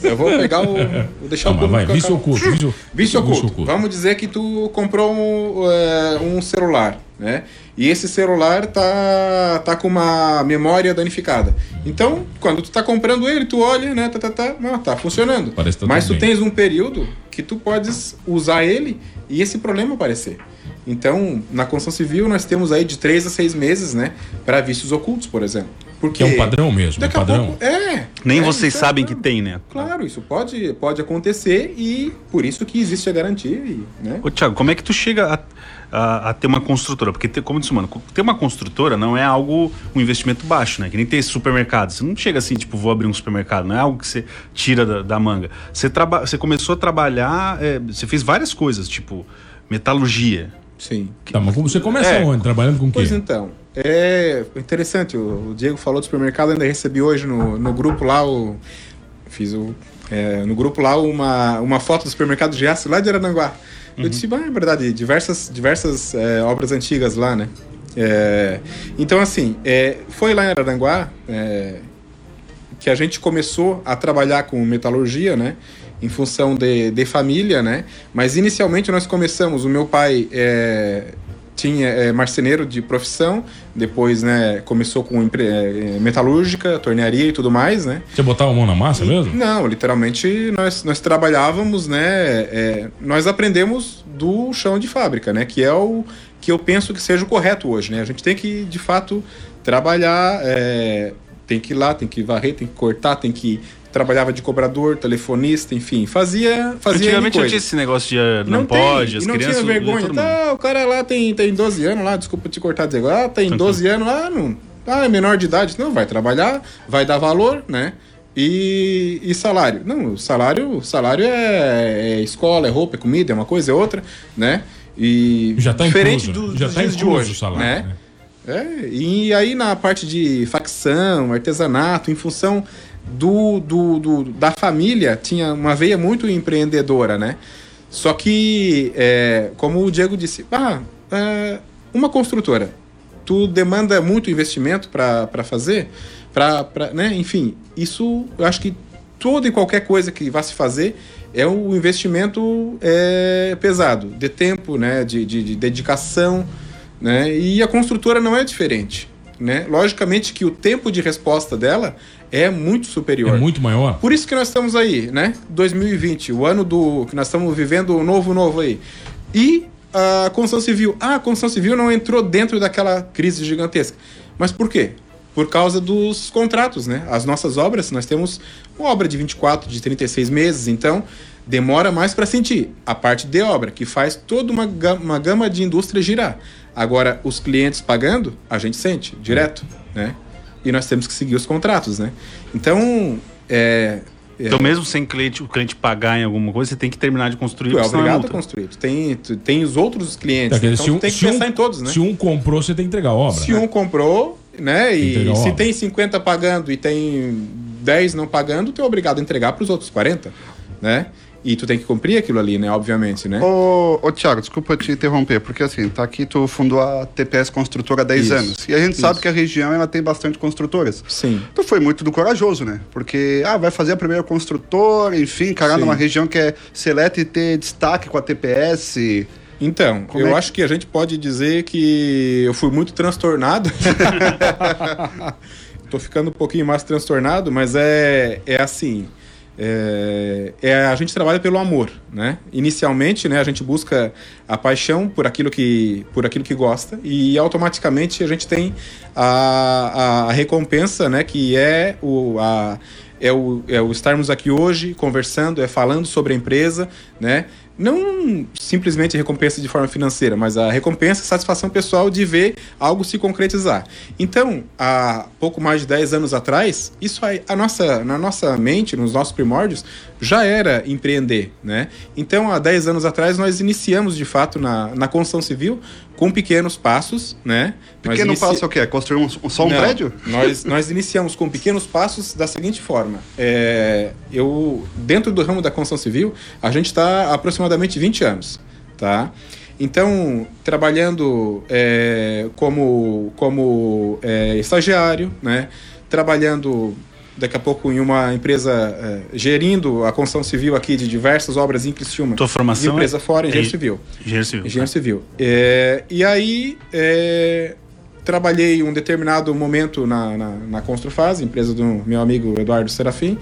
Eu vou pegar o. Vou deixar
Não,
o
mas
público
vai,
com a
vício
cara-
oculto. Vício,
Vício oculto. Vamos dizer que tu comprou um, é, um celular, né? E esse celular tá, tá com uma memória danificada. Então, quando tu tá comprando ele, tu olha, né? Tá, tá, tá, não, tá funcionando.
Parece que tá
Mas tu
tudo bem.
tens um período que tu podes usar ele e esse problema aparecer. Então, na construção civil, nós temos aí de 3 a 6 meses, né? Para vícios ocultos, por exemplo. Porque
Que é um padrão mesmo, é um
Daqui a
padrão.
pouco. É.
Nem
é,
vocês
então,
sabem
tá.
que tem, né?
Claro, isso pode, pode acontecer e por isso que existe a garantia, e, né?
Ô, Thiago, como é que tu chega a, a- a ter uma construtora? Porque, ter, como eu disse, mano, co- ter uma construtora não é algo, um investimento baixo, né? Que nem ter supermercado. Você não chega assim, tipo, vou abrir um supermercado. Não é algo que você tira da, da manga. Você, traba, você começou a trabalhar, é, você fez várias coisas, tipo, metalurgia.
Sim.
Tá, mas como você começa
É.
onde? Trabalhando com o quê?
Pois então, é interessante, o o Diego falou do supermercado, eu ainda recebi hoje no, no grupo lá o... Fiz o... é, no grupo lá uma, uma foto do supermercado Giasse lá de Arananguá.
Uhum.
Eu disse, bah, é verdade, diversas, diversas é, obras antigas lá, né? É, então, assim, é, foi lá em Araranguá, é, que a gente começou a trabalhar com metalurgia, né? Em função de, de família, né? Mas inicialmente nós começamos. O meu pai é, tinha é, marceneiro de profissão, depois, né? Começou com empre- é, metalúrgica, tornearia e tudo mais, né?
Você botava a mão na massa mesmo? É
Não, literalmente nós, nós trabalhávamos, né? é, nós aprendemos do chão de fábrica, né? Que é o que eu penso que seja o correto hoje, né? A gente tem que, de fato, trabalhar, é, tem que ir lá, tem que varrer, tem que cortar, tem que. Trabalhava de cobrador, telefonista, enfim, fazia. fazia
Antigamente
N
não
coisas.
tinha esse negócio de ah, não,
tem,
pode, as
e não
crianças.
tinha vergonha.
todo mundo.
Tá, o cara lá tem, tem 12 anos lá, desculpa te cortar dizer, ah, tem
Então,
12 anos lá, não. Ah, é menor de idade. Não, vai trabalhar, vai dar valor, né? E, e salário? Não, o salário, o salário é, é escola, é roupa, é comida, é uma coisa, é outra, né? E
Já tá
diferente
incluso,
do-
já
dos
tá
dias de
incluso
hoje,
o salário,
né?
né?
É, e aí na parte de facção, artesanato, em função do, do, do- da família, tinha uma veia muito empreendedora, né? Só que, é, como o Diego disse, ah, é, uma construtora, tu demanda muito investimento para fazer, pra, pra, né? enfim, isso eu acho que toda e qualquer coisa que vá se fazer é um investimento é, pesado, de tempo, né? de, de- de dedicação, né? E a construtora não é diferente, né? Logicamente que o tempo de resposta dela é muito superior.
É muito maior?
Por isso que nós estamos aí, né? 2020, o ano do que nós estamos vivendo o novo novo aí. E a construção civil, ah, a construção civil não entrou dentro daquela crise gigantesca. Mas por quê? Por causa dos contratos, né? As nossas obras, nós temos uma obra de 24, de 36 meses, então demora mais para sentir. A parte de obra, que faz toda uma, ga- uma gama de indústria girar. Agora, os clientes pagando, a gente sente direto, né? E nós temos que seguir os contratos, né? Então, é,
Então, mesmo sem cliente, o cliente pagar em alguma coisa, você tem que terminar de construir.
Tu é
porque senão é
obrigado a
multa.
construir. Tu tem, tu tem os outros clientes.
Tá, quer dizer,
então tu tem que pensar em todos, né?
Se um comprou, você tem que entregar a obra.
Se um comprou, né?
que
E
entregar
se
logo.
tem 50 pagando e tem 10 não pagando, tu é obrigado a entregar para os outros 40, né? E tu tem que cumprir aquilo ali, né? Obviamente, né?
Ô, ô Tiago, desculpa te interromper, porque assim, tá aqui, tu fundou a TPS Construtora há 10
Isso,
anos. E a gente
isso.
sabe que a região ela tem bastante construtoras.
Sim.
Tu foi muito do corajoso, né? Porque, ah, vai fazer a primeira construtora, enfim, encarar
Sim.
numa região que é seleta e ter destaque com a TPS.
Então,
Como
eu
é que-
acho que a gente pode dizer que eu fui muito transtornado tô ficando um pouquinho mais transtornado, mas é, é assim. É, é, a gente trabalha pelo amor, né? Inicialmente, né, a gente busca a paixão por aquilo que, por aquilo que gosta e automaticamente a gente tem a, a, a recompensa, né, que é o, a, é, o, é o estarmos aqui hoje conversando, é falando sobre a empresa, né? Não simplesmente recompensa de forma financeira, mas a recompensa, satisfação pessoal de ver algo se concretizar. Então, há pouco mais de 10 anos atrás, isso aí, a nossa, na nossa mente, nos nossos primórdios, já era empreender, né? Então, há 10 anos atrás, nós iniciamos, de fato, na, na construção civil, com pequenos passos, né? Nós
Pequeno
inici-
passo é o quê? Construir um, só um
não,
prédio?
Nós, nós iniciamos com pequenos passos da seguinte forma. É, eu, dentro do ramo da construção civil, a gente está aproximadamente 20 anos, tá? Então, trabalhando é, como, como é, estagiário, né? Trabalhando daqui a pouco em uma empresa é, gerindo a construção civil aqui de diversas obras em Criciúma.
Tua formação
E empresa
é-
fora, engenheiro
é-
civil.
Engenheiro civil.
Engenheiro civil. É, e aí, é, trabalhei um determinado momento na, na, na Construfase, empresa do meu amigo Eduardo Serafim.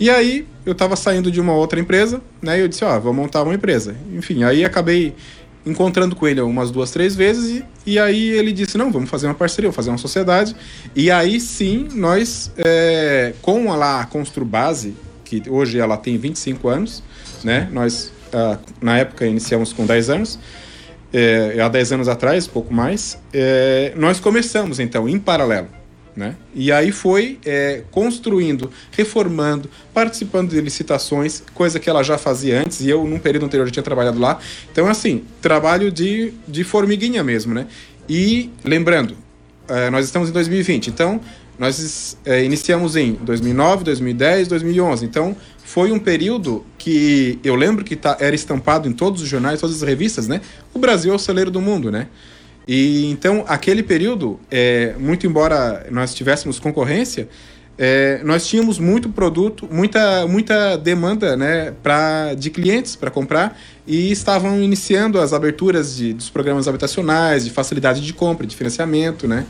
E aí, eu estava saindo de uma outra empresa, né? E eu disse, ó, vou montar uma empresa. Enfim, aí acabei encontrando com ele umas duas, três vezes. E, e aí ele disse, não, vamos fazer uma parceria, vamos fazer uma sociedade. E aí, sim, nós, é, com a lá a Construbase, que hoje ela tem 25 anos, né? Nós, ah, na época, iniciamos com 10 anos é, há 10 anos atrás, pouco mais, é, nós começamos então em paralelo. Né? E aí foi é, construindo, reformando, participando de licitações, coisa que ela já fazia antes e eu, num período anterior, já tinha trabalhado lá. Então, assim, trabalho de, de formiguinha mesmo. Né? E lembrando, é, nós estamos em 2020, então nós é, iniciamos em 2009, 2010, 2011. Então foi um período que eu lembro que tá- era estampado em todos os jornais, todas as revistas, né? O Brasil é o celeiro do mundo, né? E então aquele período, é, muito embora nós tivéssemos concorrência, é, nós tínhamos muito produto, muita, muita demanda né, pra, de clientes para comprar e estavam iniciando as aberturas de, dos programas habitacionais, de facilidade de compra, de financiamento, né?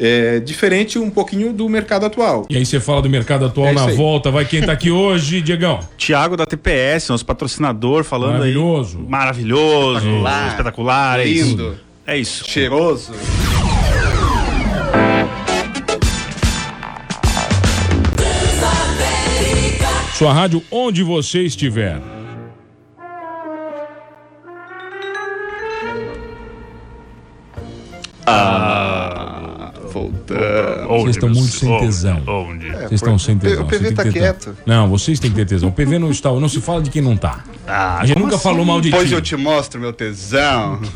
É, diferente um pouquinho do mercado atual.
E aí você fala do mercado atual
É isso
na
aí.
volta, vai quem tá aqui hoje, Diegão.
Tiago da TPS, nosso patrocinador, falando
Maravilhoso.
aí. Maravilhoso. Espetacular. Espetacular. é isso.
Lindo.
É isso.
Cheiroso.
Sua rádio onde você estiver.
Voltando.
Onde
estão muito
você-
sem
onde-
tesão.
Onde?
Vocês estão sem tesão.
O
vocês
PV
têm
tá
que ter
quieto.
Não, vocês têm que ter tesão. O PV não está, não se fala de quem não tá.
Ah,
A gente nunca falou mal de
Depois
ti.
eu te mostro, meu tesão.
Opa,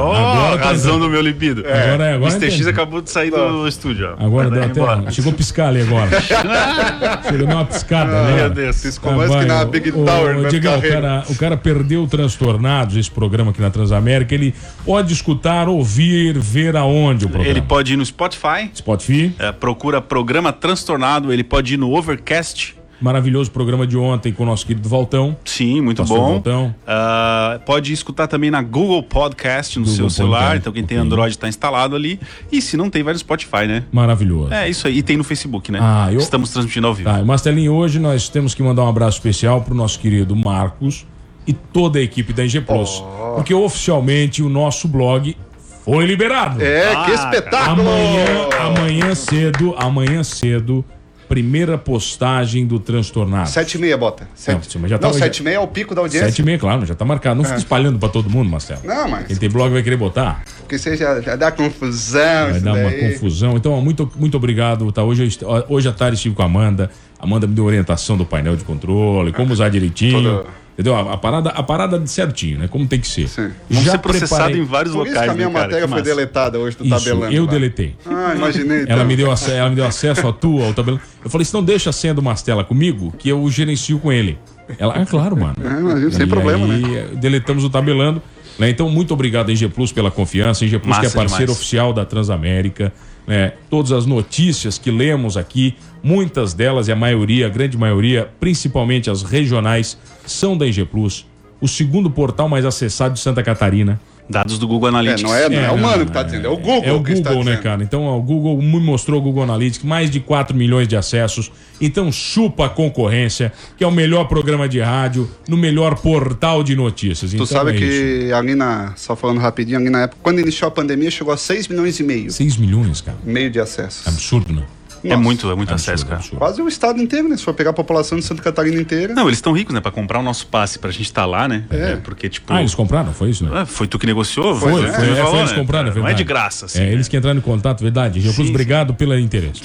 Oh,
agora tá-
razão do meu libido. É.
Agora é, agora
Mr. X
entendo.
acabou de sair do estúdio. ó.
Agora
Vai
deu
daí embora.
até. um. Chegou a piscar ali agora. Chegou a dar uma piscada, né?
Meu Deus.
Vocês conversam Tá que na Big
o,
Tower,
o,
né?
Diego, o,
carreira.
cara, o cara perdeu o Transtornados, esse programa aqui na Transamérica. Ele pode escutar, ouvir, ver aonde o programa.
Ele pode ir no Spotify,
Spotify,
é, procura programa transtornado, ele pode ir no Overcast.
maravilhoso programa de ontem com o nosso querido Valtão.
Sim, muito
Pastor
bom.
Valtão.
Ah, pode escutar também na Google Podcast no
Google
seu celular.
Podcast,
Então, quem tem
ok.
Android está instalado ali. E se não tem, vai no Spotify, né?
Maravilhoso.
É isso aí. E tem no Facebook, né?
Ah, eu-
Estamos transmitindo ao vivo.
Tá, Marcelinho, hoje nós temos que mandar um abraço especial pro nosso querido Marcos e toda a equipe da Eng Plus. Porque oficialmente o nosso blog foi liberado.
É, que
Ah,
espetáculo!
Amanhã, amanhã cedo, amanhã cedo, primeira postagem do Transtornado.
Sete e meia, bota. Sete.
Não, mas já
Não,
tava-
sete e meia é o pico da audiência.
Sete e meia, claro, já tá marcado. Não fica espalhando pra todo mundo, Marcelo.
Ah. Não, mas-
Quem tem blog vai querer botar.
Porque você já, já dá confusão.
Vai
isso
dar uma
daí.
confusão. Então, ó, muito, muito obrigado. Tá? Hoje, eu est- ó, hoje à tarde estive com a Amanda. A Amanda me deu orientação do painel de controle, como usar direitinho.
Toda-
Entendeu? A, a parada, a parada de certinho, né? Como tem que ser.
Sim.
Vamos ser processados em vários
Por isso que
locais.
a minha
né, cara?
matéria
Que
foi
massa.
deletada hoje do
Isso,
tabelando.
eu
lá.
deletei.
Ah, imaginei.
Ela
então.
me, deu, ace- ela me deu acesso à tua, ao tabelão. Eu falei, se não deixa a senha do Mastela comigo, que eu gerencio com ele. Ela, ah, claro, mano.
Ah, imagino, sem
E
problema,
aí,
né?
eh, Deletamos o tabelando. né? Então, muito obrigado, Eng Plus, pela confiança. Eng Plus,
Massa
que é parceiro
demais.
oficial da Transamérica. né? Todas as notícias que lemos aqui, muitas delas, e a maioria, a grande maioria, principalmente as regionais, são da Eng Plus. O segundo portal mais acessado de Santa Catarina.
Dados do Google Analytics.
É, não é, não é, o mano que tá dizendo, é o Google
É o Google,
que está
né,
dizendo.
cara? Então, ó, o Google me mostrou o Google Analytics, mais de 4 milhões de acessos. Então, chupa a concorrência, que é o melhor programa de rádio, no melhor portal de notícias.
Tu
então,
sabe
é isso.
que ali na. Só falando rapidinho, ali na época, quando iniciou a pandemia, chegou a 6 milhões e meio.
6 milhões, cara.
Meio de acessos.
Absurdo, né?
É
Nossa,
muito, é muito acesso,
Absurdo,
cara.
absurdo.
Quase o estado inteiro, né? Se for pegar a população de Santa Catarina inteira.
Não, eles estão ricos, né? Pra comprar o nosso passe pra gente estar lá, né? É. porque, tipo.
Ah, eles compraram? Foi isso, né?
ah, Foi tu que negociou?
Foi,
tu
foi,
que
Foi, é,
falou,
foi eles
né?
compraram, é
Não
verdade.
é de graça, assim.
É,
né?
eles que entraram em contato, verdade. G Plus, obrigado pelo interesse.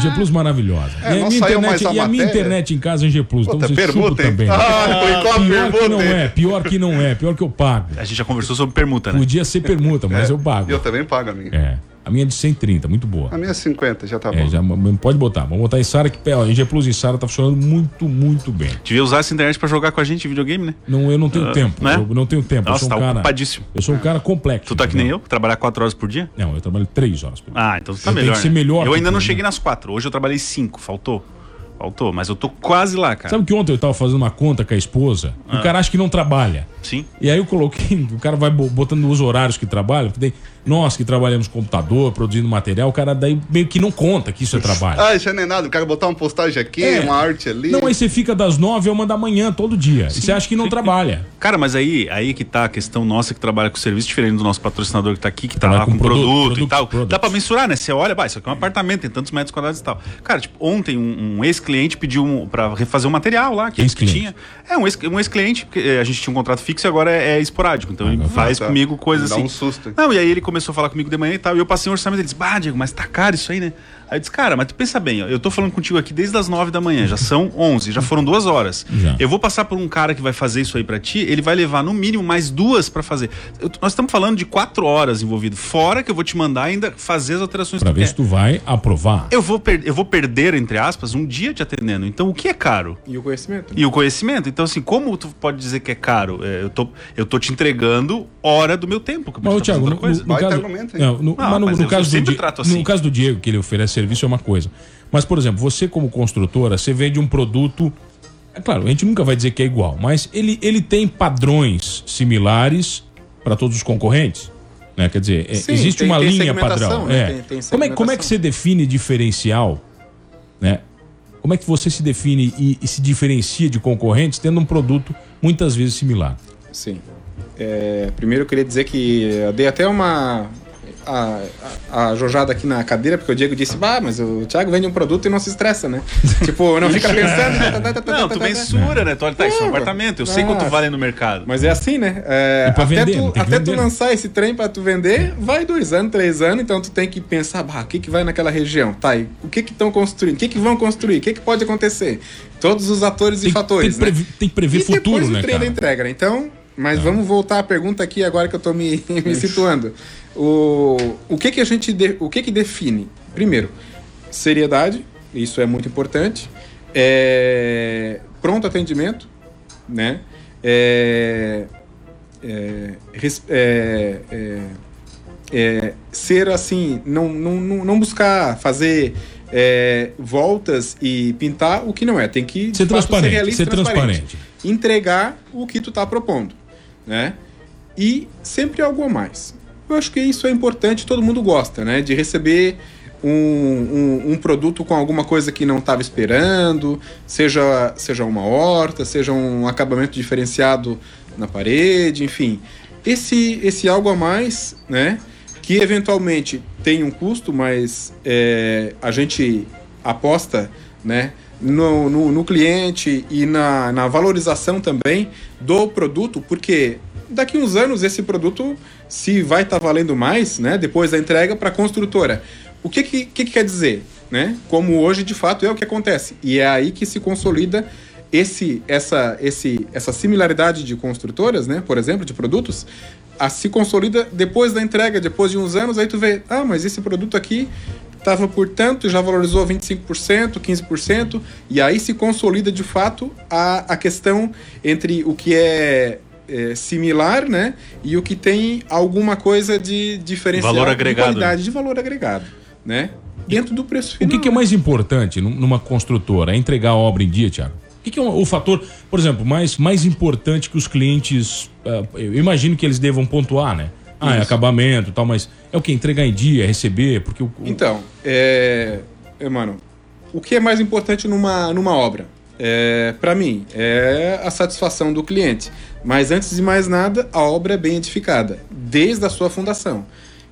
G Plus maravilhosa.
É,
e a
nós
minha,
saiu
internet,
mais a
e a minha
matéria.
internet em casa é G Plus. Então
Puta,
você chupa
permuta, hein?
também. né?
Ah, boicou a
pior que não
permuta, hein?
é, pior que não é, pior que eu pago.
A gente já conversou sobre permuta, né?
Podia ser permuta, mas
É.
eu pago.
Eu também pago a minha.
É. A minha é de 130, muito boa.
A minha é 50, já tá
É,
bom.
já, pode botar. Vamos botar em Sara que ó, em G Plus em Sara tá funcionando muito, muito bem.
Devia usar essa internet pra jogar com a gente videogame, né?
Não, eu não tenho
Ah,
tempo.
né?
Eu não tenho tempo. eu
Nossa,
sou um
tá
cara.
ocupadíssimo.
Eu sou um cara complexo.
Tu tá que nem
entendeu?
eu, trabalhar quatro horas por dia?
Não, eu trabalho três horas por dia.
Ah, então tá
Tem que
melhor.
ser
né?
melhor
Eu
que
ainda não
tudo,
cheguei
né?
nas quatro. Hoje eu trabalhei cinco. Faltou. Faltou, mas eu tô quase lá, cara.
Sabe que ontem eu tava fazendo uma conta com a esposa? O cara acha que não trabalha.
Sim.
E aí eu coloquei, o cara vai bo- botando os horários que trabalha, porque tem nós que trabalhamos com computador, produzindo material, o cara daí meio que não conta que isso é trabalho.
Ah, isso não é nada. O cara botar uma postagem aqui,
É.
uma arte ali.
Não, aí você fica das nove a uma da manhã, todo dia. e você acha que não trabalha.
Cara, mas aí, aí que tá a questão nossa que trabalha com serviço, diferente do nosso patrocinador que tá aqui, que tá
Trabalha
lá
com
com, produto,
produto,
e
produto,
tal.
produto.
Dá pra mensurar, né? Você olha, bah, isso aqui é um apartamento, tem tantos metros quadrados e tal. Cara, tipo, ontem um, um ex-cliente pediu um, pra refazer um material lá que, que
Ex-cliente.
tinha. É, um ex- um ex-cliente, porque eh, a gente tinha um contrato fixo e agora é, é esporádico.
Ah,
Então ele faz
tá.
comigo coisa
Dá
assim.
um susto, hein?
Não, e aí ele começou a falar comigo de manhã e tal. E eu passei um orçamento. Ele disse, bah, Diego, mas tá caro isso aí, né? Aí eu disse, cara, mas tu pensa bem, ó, eu tô falando contigo aqui desde as 9 da manhã, já são 11, já foram duas horas.
Já.
Eu vou passar por um cara que vai fazer isso aí pra ti, ele vai levar no mínimo mais duas pra fazer. Eu- nós estamos falando de quatro horas envolvido, fora que eu vou te mandar ainda fazer as alterações
Pra
que
ver se tu vai aprovar.
Eu vou, per- eu vou perder, entre aspas, um dia te atendendo. Então, o que é caro?
E o conhecimento. né?
E o conhecimento. Então, assim, como tu pode dizer que é caro? É, eu, tô, eu tô te entregando hora do meu tempo. Que eu
Mas,
podia
ô,
estar fazendo
Thiago, no,
outra coisa.
no
Baita
caso,
argumento, hein?
não, no, mas no,
mas
no
eu
caso do
sempre
Di-
trato assim.
no caso do Diego, que ele oferece serviço, é uma coisa. Mas, por exemplo, você como construtora, você vende um produto... É claro, a gente nunca vai dizer que é igual, mas ele, ele tem padrões similares para todos os concorrentes? Né? Quer dizer, é-
Sim,
existe
tem-
uma
tem
linha
segmentação,
padrão.
né?
é.
Tem- tem
como, é, como é que
segmentação.
você define diferencial? Né? Como é que você se define e- e se diferencia de concorrentes tendo um produto muitas vezes similar?
Sim. É, primeiro eu queria dizer que eu dei até uma. A, a, a jojada aqui na cadeira, porque o Diego disse, bah, mas o Thiago vende um produto e não se estressa, né? tipo, não fica pensando. tá, tá, tá, tá, tá,
É. Não,
tá,
tu
tá, tá.
mensura, né? Tu olha, tá, isso é um
É,
apartamento, eu sei
ah,
quanto vale no mercado.
Mas é assim, né? É,
E pra
até
vender,
tu,
né? Tem que
até tu
vender, né? É.
lançar esse trem pra tu vender, vai dois anos, três anos, então tu tem que pensar, bah, o que que vai naquela região? Tá, e o que que estão construindo? O que que vão construir? O que que pode acontecer? Todos os atores
Tem-
e fatores,
tem que
né?
prever- tem que prever
e
futuro,
depois
né,
o trem
cara? É.
da entrega, né? Então, mas vamos voltar à pergunta aqui agora que eu tô me, me situando. O, o que que a gente, de- o que que define? Primeiro, seriedade, isso é muito importante. É, pronto atendimento, né? É, é, res- é, é, é, ser assim, não, não, não não buscar fazer é, voltas e pintar o que não é. Tem que de
Ser
fato,
transparente,
realista e
ser transparente.
Entregar o que tu tá propondo, né? E sempre algo a mais. Eu acho que isso é importante, todo mundo gosta, né? De receber um, um, um produto com alguma coisa que não estava esperando, seja, seja uma horta, seja um acabamento diferenciado na parede, enfim. Esse, esse algo a mais, né? que eventualmente tem um custo, mas é, a gente aposta né, no, no, no cliente e na, na valorização também do produto, porque daqui uns anos esse produto se vai estar valendo mais, né, depois da entrega para a construtora. O que, que, que que quer dizer? Né? Como hoje de fato é o que acontece. E é aí que se consolida esse, essa, esse, essa similaridade de construtoras, né, por exemplo, de produtos, a se consolida depois da entrega, depois de uns anos, aí tu vê, ah, mas esse produto aqui estava por tanto, já valorizou 25%, 15%, e aí se consolida de fato a, a questão entre o que é, é, similar, né, e o que tem alguma coisa de diferencial,
Valor
de
agregado.
qualidade, de valor agregado, né, dentro do preço
O
final.
que, que é mais importante num- numa construtora? É entregar a É obra em dia, Thiago? que, que é o, o fator, por exemplo, mais, mais importante que os clientes. ah, eu imagino que eles devam pontuar, né? Ah, é
Isso.
acabamento e tal, mas é o que? Entregar em dia, é receber, porque o. o-
Então, é. é, Mano, o que é mais importante numa, numa obra? É, para mim, é a satisfação do cliente. Mas antes de mais nada, a obra é bem edificada, desde a sua fundação.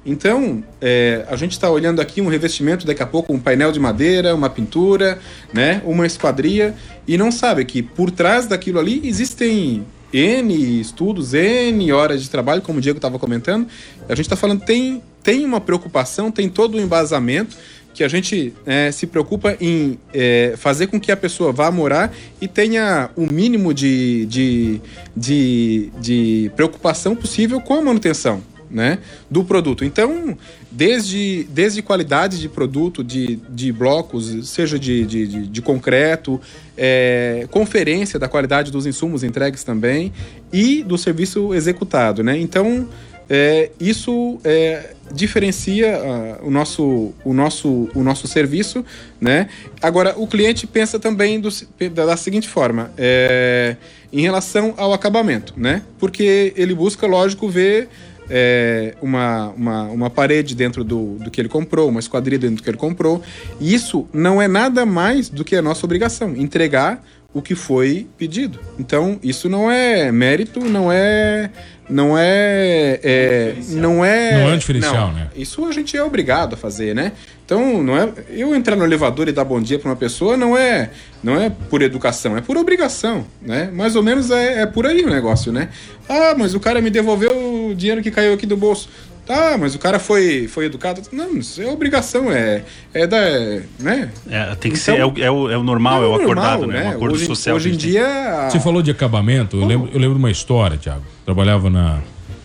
Então, é, a gente está olhando aqui um revestimento, daqui a pouco um painel de madeira, uma pintura, né, uma esquadria, e não sabe que por trás daquilo ali existem N estudos, N horas de trabalho, como o Diego estava comentando. A gente está falando, tem, tem uma preocupação, tem todo um embasamento que a gente é, se preocupa em é, fazer com que a pessoa vá morar e tenha o mínimo de, de, de, de preocupação possível com a manutenção né, do produto. Então, desde, desde qualidade de produto, de, de blocos, seja de, de, de- de concreto, é, conferência da qualidade dos insumos entregues também e do serviço executado. Né? Então, é, isso é, diferencia ah, o, nosso, o, nosso, o nosso serviço. Né? Agora, o cliente pensa também do se- da, da seguinte forma. é, em relação ao acabamento, né? Porque ele busca, lógico, ver é, uma, uma, uma parede dentro do, do que ele comprou, uma esquadrilha dentro do que ele comprou. E isso não é nada mais do que a nossa obrigação, entregar o que foi pedido. Então, isso não é mérito, não é. Não é. é, não é.
Não é um diferencial, né?
Isso a gente é obrigado a fazer, né? Então, não é. Eu entrar no elevador e dar bom dia para uma pessoa não é, não é por educação, é por obrigação, né? Mais ou menos é, é por aí o negócio, né? Ah, mas o cara me devolveu o dinheiro que caiu aqui do bolso. Tá, mas o cara foi, foi educado. Não, isso é obrigação, é, é da. é, né?
É, tem que ser,
Então-
é o, é o- é o normal, é o acordado, né? Um acordo
hoje,
social.
Hoje
que
em
a gente
dia.
Você falou de acabamento, eu lembro, eu lembro uma história, Thiago. Trabalhava na,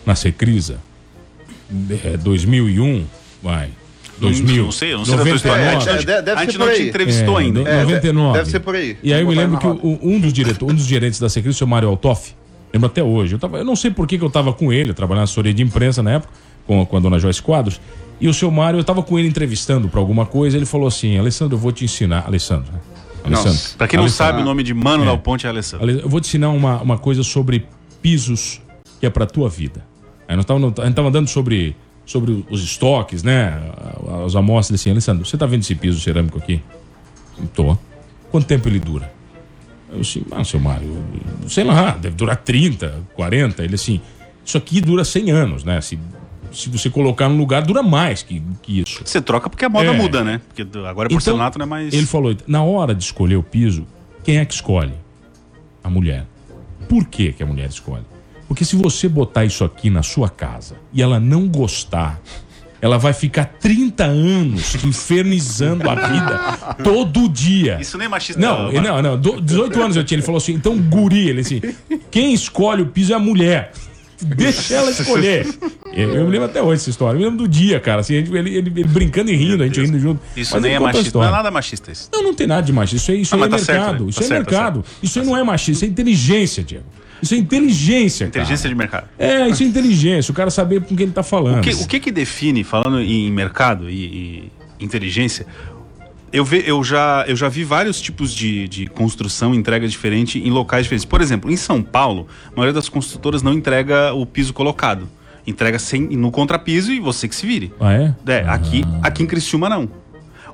na Secrisa, é, 2001, vai. 2000.
não sei, eu não sei da tua história.
É,
99.
de-
tem.
de- deve
a
ser
gente
por
não te
aí.
entrevistou
É,
ainda.
no- 99.
deve ser por aí.
E aí eu me
Vou botar
lembro
na
que o- um, dos diretor, um dos gerentes da Secret, o seu Mário Altoff, lembro até hoje. Eu, tava, eu não sei por que, que eu tava com ele, eu trabalhava na assessoria de imprensa na época, com, a- com a dona Joyce Quadros. E o seu Mário, eu tava com ele entrevistando pra alguma coisa, ele falou assim: Alessandro, eu vou te ensinar. Alessandro. né? Alessandro.
É. Pra quem não
Alessandro.
sabe, o nome de Mano Dal Ponte é Alessandro.
Ale- Eu vou te ensinar uma, uma coisa sobre pisos que é pra tua vida. Aí nós tava- a gente estava andando sobre, sobre os estoques, né? As amostras assim, Alessandro, você tá vendo esse piso cerâmico aqui? Tô. Quanto tempo ele dura? Eu assim, ah, seu Mário, sei lá, deve durar 30, 40. Ele assim, isso aqui dura 100 anos, né? Se, se você colocar num lugar, dura mais que, que isso.
Você troca porque a moda
É.
muda, né? Porque do- agora
Então,
porcelanato não é mais.
Ele falou, na hora de escolher o piso, quem é que escolhe? A mulher. Por que, que a mulher escolhe? Porque se você botar isso aqui na sua casa e ela não gostar, ela vai ficar 30 anos te infernizando a vida todo dia.
Isso nem é machista.
Não,
Mano.
não, não. do- 18 anos eu tinha. Ele falou assim, então guri, ele assim, quem escolhe o piso é a mulher. Deixa ela escolher. Eu, eu me lembro até hoje dessa história. Eu me lembro do dia, cara. Assim, a gente- ele, ele- ele brincando e rindo, a gente rindo junto.
Isso
Mas
nem
ele
é
conta a
machista. Não
história.
é nada machista isso.
Não, não tem nada de machista. Isso, aí, isso
Não,
aí é
mas tá certo,
mercado.
né?
Isso
Tá
é
certo, tá
mercado. Isso aí não é machismo. Isso é inteligência, Diego. Isso é inteligência, cara.
Inteligência de mercado.
É, isso é inteligência. O cara saber com quem ele tá falando.
O que, o que que define, falando em mercado e, e inteligência, eu, ve, eu, já, eu já vi vários tipos de, de construção, entrega diferente em locais diferentes. Por exemplo, em São Paulo, a maioria das construtoras não entrega o piso colocado. Entrega sem, no contrapiso e você que se vire.
Ah, é?
É, aqui, aqui em Criciúma não.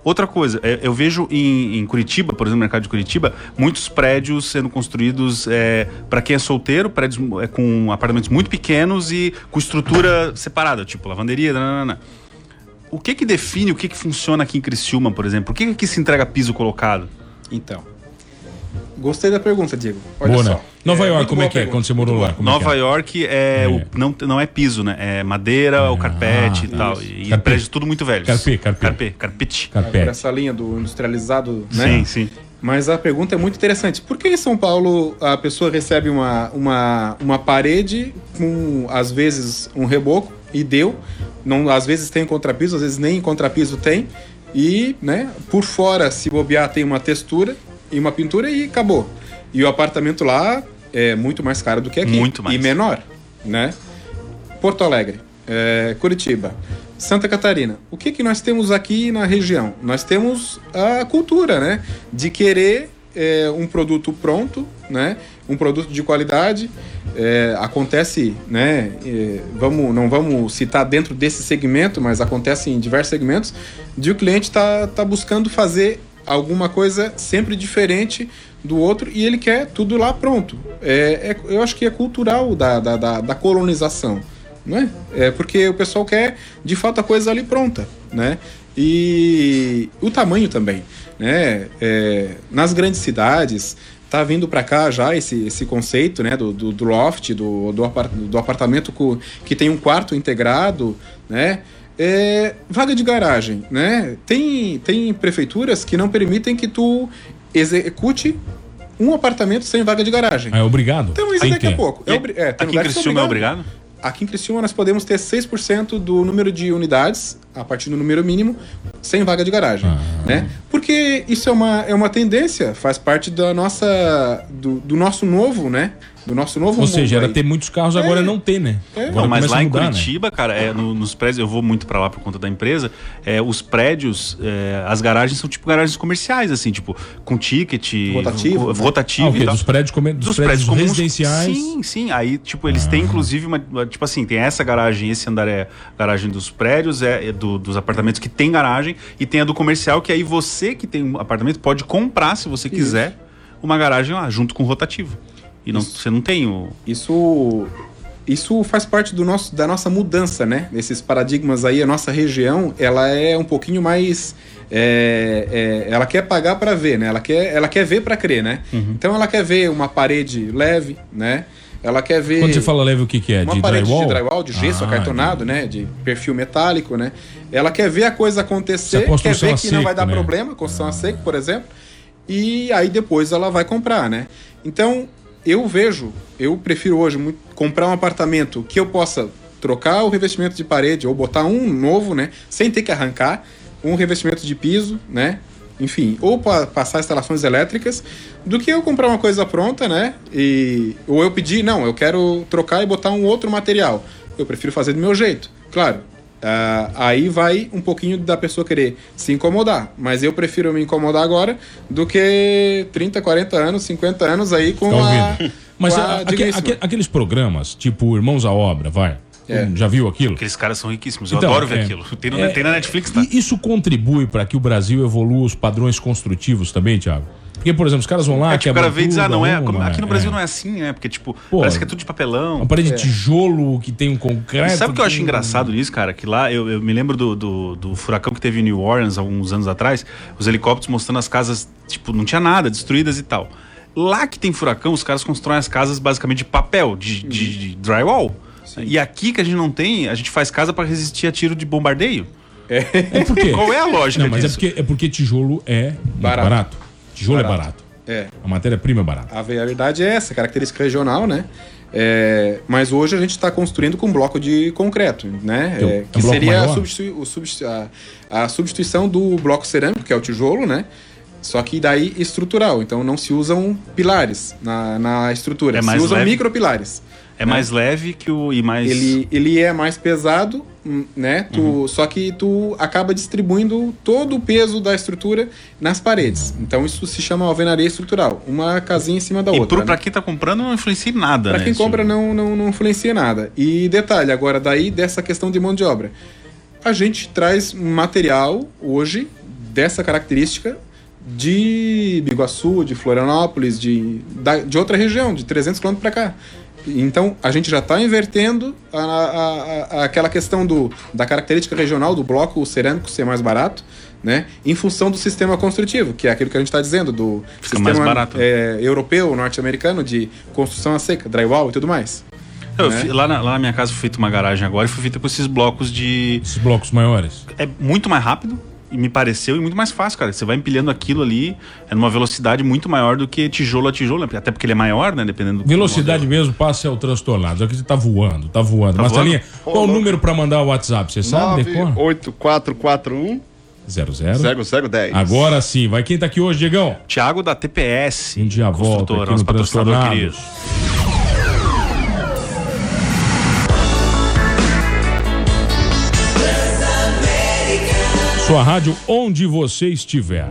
Outra coisa, é, eu vejo em, em Curitiba, por exemplo, no mercado de Curitiba, muitos prédios sendo construídos para quem é solteiro, prédios é, com apartamentos muito pequenos e com estrutura separada, tipo lavanderia, nananana. O que que define o que que funciona aqui em Criciúma, por exemplo? Por que que aqui se entrega piso colocado?
Então. Gostei da pergunta, Diego. Olha
Boa, né?
só.
Nova
É,
York,
muito
como é
boa
que é?
pergunta.
Quando você morou lá? Como é que
Nova
é? Ah,
York é, o- não, não é piso, né? É madeira, ou carpete e tal. E
Carpete.
prédios tudo muito velhos.
Carpê, carpê.
Carpê, carpete.
Por
Carpete.
essa linha do industrializado, né?
Sim, sim.
Mas a pergunta é muito interessante. Por que em São Paulo a pessoa recebe uma, uma, uma parede com, às vezes, um reboco e deu? Não, às vezes tem contrapiso, às vezes nem contrapiso tem. E, né, por fora, se bobear, tem uma textura e uma pintura e acabou. E o apartamento lá é muito mais caro do que aqui.
Muito mais.
E menor, né? Porto Alegre, é, Curitiba, Santa Catarina. O que, que nós temos aqui na região? Nós temos a cultura, né? De querer é, um produto pronto, né? Um produto de qualidade. É, acontece, né? é, vamos, não vamos citar dentro desse segmento, mas acontece em diversos segmentos, de o cliente tá, tá buscando fazer alguma coisa sempre diferente do outro e ele quer tudo lá pronto. É, é- eu acho que é cultural da, da, da, da colonização, né? É porque o pessoal quer de fato a coisa ali pronta, né? E o tamanho também, né? É, nas grandes cidades tá vindo para cá já esse, esse conceito, né? Do, do, do loft, do, do, apar- do apartamento co- que tem um quarto integrado, né? É, vaga de garagem, né? Tem, tem prefeituras que não permitem que tu execute um apartamento sem vaga de garagem.
É obrigado.
Então isso
Tem
daqui
que.
a pouco. É, obri- é,
Aqui
tem
em
lugar que são
Criciúma é
obrigados.
obrigado?
Aqui em Criciúma nós podemos ter 6% do número de unidades, a partir do número mínimo, sem vaga de garagem.
Ah.
Né? Porque isso é uma, é uma tendência, faz parte da nossa. do, do nosso novo, né? Do nosso novo
Ou seja,
mundo
era
aí.
ter muitos carros, agora
É.
não tem, né?
É.
Agora
Não, mas
começa a
lá em
mudar, né?
Curitiba, cara, é, no- nos prédios, eu vou muito pra lá por conta da empresa, é, os prédios, é, as garagens são tipo garagens comerciais, assim, tipo, com ticket,
Rotativo,
ro-
né?
rotativo
Ah, o quê?
e tal.
Dos prédios, come- dos prédios
comuns,
residenciais. Ah.
Sim, sim. Aí, tipo, eles têm inclusive uma. uma- Tipo assim, tem essa garagem, esse andar é garagem dos prédios, é, é do- dos apartamentos que tem garagem, e tem a do comercial, que aí você que tem um apartamento pode comprar, se você quiser, uma garagem lá, junto com o rotativo. E não, você não tem o.
Isso isso faz parte do nosso, da nossa mudança, né? Esses paradigmas aí, a nossa região, ela é um pouquinho mais, é, é, ela quer pagar para ver, né? Ela quer, ela quer ver para crer, né?
Uhum.
Então ela quer ver uma parede leve, né? Ela quer ver
Quando você fala leve, o que, que é?
uma
de
parede
drywall?
de drywall, de gesso
Ah,
acartonado, né? De perfil metálico, né? Ela quer ver a
Isso
coisa
é
acontecer, quer
construção
ver
a
que não vai
seco,
dar
né?
problema, construção a seco, por exemplo. E aí depois ela vai comprar, né? Então, eu vejo, eu prefiro hoje muito comprar um apartamento que eu possa trocar o revestimento de parede ou botar um novo, né? Sem ter que arrancar, um revestimento de piso, né? Enfim, ou pa- passar instalações elétricas, do que eu comprar uma coisa pronta, né? E, ou eu pedir, não, eu quero trocar e botar um outro material. Eu prefiro fazer do meu jeito. Claro, ah, aí vai um pouquinho da pessoa querer se incomodar. Mas eu prefiro me incomodar agora do que 30, 40 anos, 50 anos aí com
Tá
a.
ouvindo? Mas
com
a-
a,
aque-
digníssima.
aque- aqueles programas, tipo Irmãos à Obra, vai.
É.
Já viu aquilo?
Aqueles caras são riquíssimos. Eu
Então,
adoro ver
é.
aquilo. Tem, no-
É.
tem na Netflix, tá?
E isso contribui para que o Brasil evolua os padrões construtivos também, Thiago? Porque, por exemplo, os caras vão lá,
É, tipo, o
quebram
cara vê e diz,
tudo,
ah, não é.
arruma,
como- aqui no Brasil
é.
não é assim, né? Porque, tipo,
Pô, um
parece que é tudo de
Uma
papelão.
parede de tijolo que tem um concreto.
E sabe o que eu acho
tem-
engraçado nisso, cara? Que lá, eu, eu me lembro do, do, do furacão que teve em New Orleans há uns anos atrás, os helicópteros mostrando as casas, tipo, não tinha nada, destruídas e tal. Lá que tem furacão, os caras constroem as casas basicamente de papel, de, de- de drywall. E aqui que a gente não tem, a gente faz casa pra resistir a tiro de bombardeio.
É por quê?
Qual é a lógica
Não, mas é
disso?
porque, é porque tijolo é muito barato.
Barato.
Tijolo é
Barato.
barato.
É.
A matéria-prima é barata.
A verdade é essa, característica regional, né? É, mas hoje a gente está construindo com um bloco de concreto, né?
Então,
É,
é um
que
bloco
seria a,
maior?
substitu- o substi- a- a substituição do bloco cerâmico, que é o tijolo, né? Só que daí estrutural, então não se usam pilares na, na estrutura,
É
se
mais
usam
leve?
micropilares.
É mais leve que o. e mais.
ele, ele é mais pesado, hum, né? Tu,
Uhum.
Só que tu acaba distribuindo todo o peso da estrutura nas paredes. Então isso se chama alvenaria estrutural. Uma casinha em cima da
E
outra.
pro, pra
né?
quem tá comprando não influencia em nada,
Pra
né?
quem
Isso-
compra não, não, não influencia nada. E detalhe, agora daí dessa questão de mão de obra. A gente traz material hoje dessa característica de Biguaçu, de Florianópolis, de, da- de outra região, de 300 km pra cá. Então a gente já está invertendo a, a- a- aquela questão do, da característica regional do bloco cerâmico ser mais barato, né? Em função do sistema construtivo, que é aquilo que a gente está dizendo, do
Fica
sistema
mais barato, né?
é, europeu, norte-americano, de construção a seca, drywall e tudo mais.
Eu
né?
fi- lá, na, lá na minha casa foi feita uma garagem agora e foi feita com esses blocos de.
Esses blocos
Tá
maiores.
É muito mais rápido, e me pareceu, e muito mais fácil, cara. Você vai empilhando aquilo ali, é numa velocidade muito maior do que tijolo a tijolo, até porque ele é maior, né? Dependendo do.
Velocidade mesmo, passa é o transtornado. Aqui tá voando, tá voando.
Tá
Marcelinha,
voando?
qual o número pra mandar o WhatsApp? Você sabe, decora?
98441
Zero, zero.
0010.
Agora sim, vai quem tá aqui hoje, Diegão?
Tiago da TPS.
A gente já volta
construtora,
aqui
nosso
no
patrocinador querido.
Transtornados. Sua rádio onde você estiver.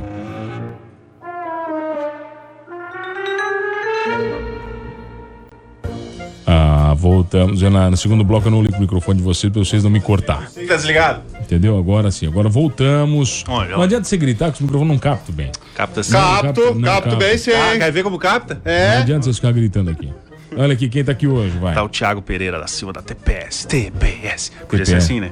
Ah, Voltamos. Eu, na, no segundo bloco eu não ligo o microfone de vocês pra vocês não me cortar.
Tá desligado?
Entendeu? Agora sim. Agora voltamos.
Olha,
não
olha.
adianta você gritar que os microfones não captam bem.
Capta sim.
Capto,
não, é
capto
capto.
bem sim.
Ah, quer ver como capta?
Não
É.
adianta vocês ficarem gritando aqui. Olha aqui quem tá aqui hoje, vai.
Tá o Thiago Pereira da Silva da TPS. TPS. Podia
TPS.
ser assim, né?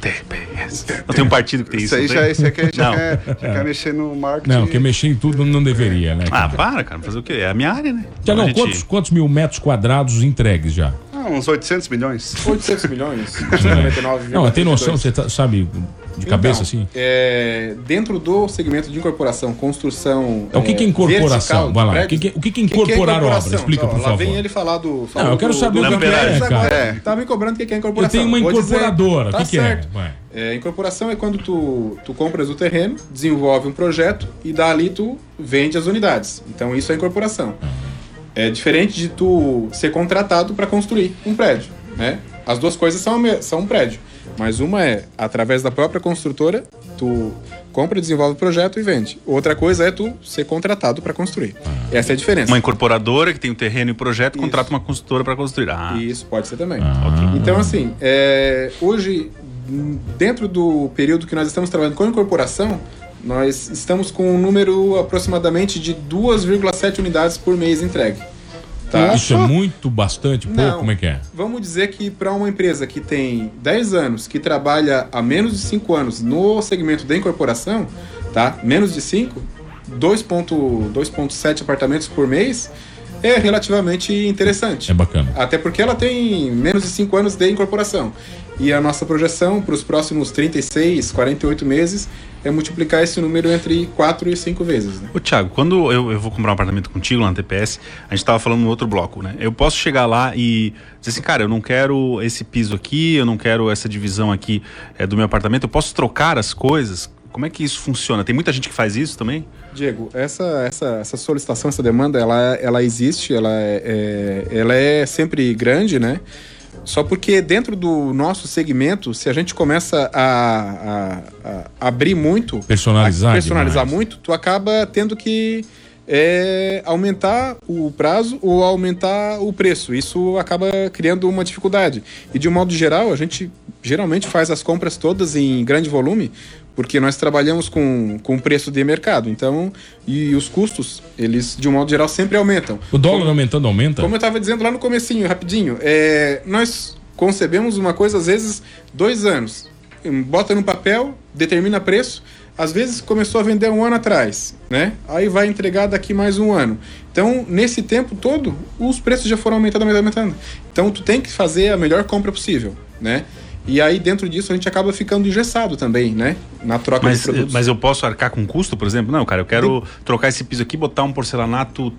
TPS. Não tem um partido que tem
Isso
isso.
aí
não
já, é,
tem?
isso aí que já,
Não. É.
quer, já quer mexer no marketing.
Não, quer mexer em tudo não deveria, né?
Ah, para, cara. Fazer o quê? É a minha área, né?
Tiagão,
Então a gente-
quantos, quantos mil metros quadrados entregues já?
Ah, uns 800 milhões.
800 milhões? 99,
É. Não, tem noção, você tá- sabe,
Então,
de cabeça assim?
É, dentro do segmento de incorporação, construção.
Então, o que que é incorporação?
vertical de
Vai lá,
prédios,
o que que- o que que é incorporar
incorporação?
obra? Explica,
Então,
por
Lá
favor.
vem ele falar do.
Não, eu quero saber
o que que é,
cara.
É.
Tá me cobrando o que que é incorporação.
Eu tenho uma
Vou dizer,
incorporadora, o
tá
que que é?
certo.
Vai.
É, incorporação é quando tu, tu compras o terreno, desenvolve um projeto e dali tu vende as unidades. Então isso é incorporação.
Ah.
É diferente de tu ser contratado para construir um prédio, né? As duas coisas são, a me- são um prédio, mas uma é através da própria construtora tu compra, desenvolve o projeto e vende. Outra coisa é tu ser contratado para construir.
Ah.
Essa é a diferença.
Uma incorporadora que tem o terreno e o projeto contrata uma consultora para construir. Ah,
E isso pode ser também.
Ah.
Então, assim, é, hoje, n- dentro do período que nós estamos trabalhando com incorporação, nós estamos com um número aproximadamente de 2,7 unidades por mês entregue. Tá?
Isso é muito, bastante, pouco,
Não.
como é que é?
Vamos dizer que para uma empresa que tem 10 anos, que trabalha há menos de 5 anos no segmento da incorporação, tá? Menos de 5, 2,7 apartamentos por mês é relativamente interessante.
É bacana.
Até porque ela tem menos de 5 anos de incorporação. E a nossa projeção para os próximos 36, 48 meses é multiplicar esse número entre 4 e 5 vezes. Né?
Ô, Thiago, quando eu, eu vou comprar um apartamento contigo lá na TPS, a gente tava falando no outro bloco, né? Eu posso chegar lá e dizer assim, cara, eu não quero esse piso aqui, eu não quero essa divisão aqui é, do meu apartamento, eu posso trocar as coisas? Como é que isso funciona? Tem muita gente que faz isso também?
Diego, essa, essa, essa solicitação, essa demanda, ela, ela existe, ela é, é- ela é sempre grande, né? Só porque dentro do nosso segmento, se a gente começa a, a- a abrir muito,
Personalizar
a personalizar
demais.
muito, tu acaba tendo que é, aumentar o prazo ou aumentar o preço. Isso acaba criando uma dificuldade. E de um modo geral, a gente geralmente faz as compras todas em grande volume, porque nós trabalhamos com, com preço de mercado. Então, e os custos, eles de um modo geral sempre aumentam.
O dólar aumentando,
Tá.
aumenta?
Como é? eu estava dizendo lá no comecinho, rapidinho, é, nós concebemos uma coisa às vezes dois anos. Hum, Bota no papel, determina preço. Às vezes começou a vender um ano atrás, né? Aí vai entregar daqui mais um ano. Então, nesse tempo todo, os preços já foram aumentando, aumentando, aumentando. Então, tu tem que fazer a melhor compra possível, né? E aí, dentro disso, a gente acaba ficando engessado também, né? Na troca de
Mas, eh,
produtos.
mas eu posso arcar com custo, por exemplo? Não, cara, eu quero trocar esse piso aqui, botar um porcelanato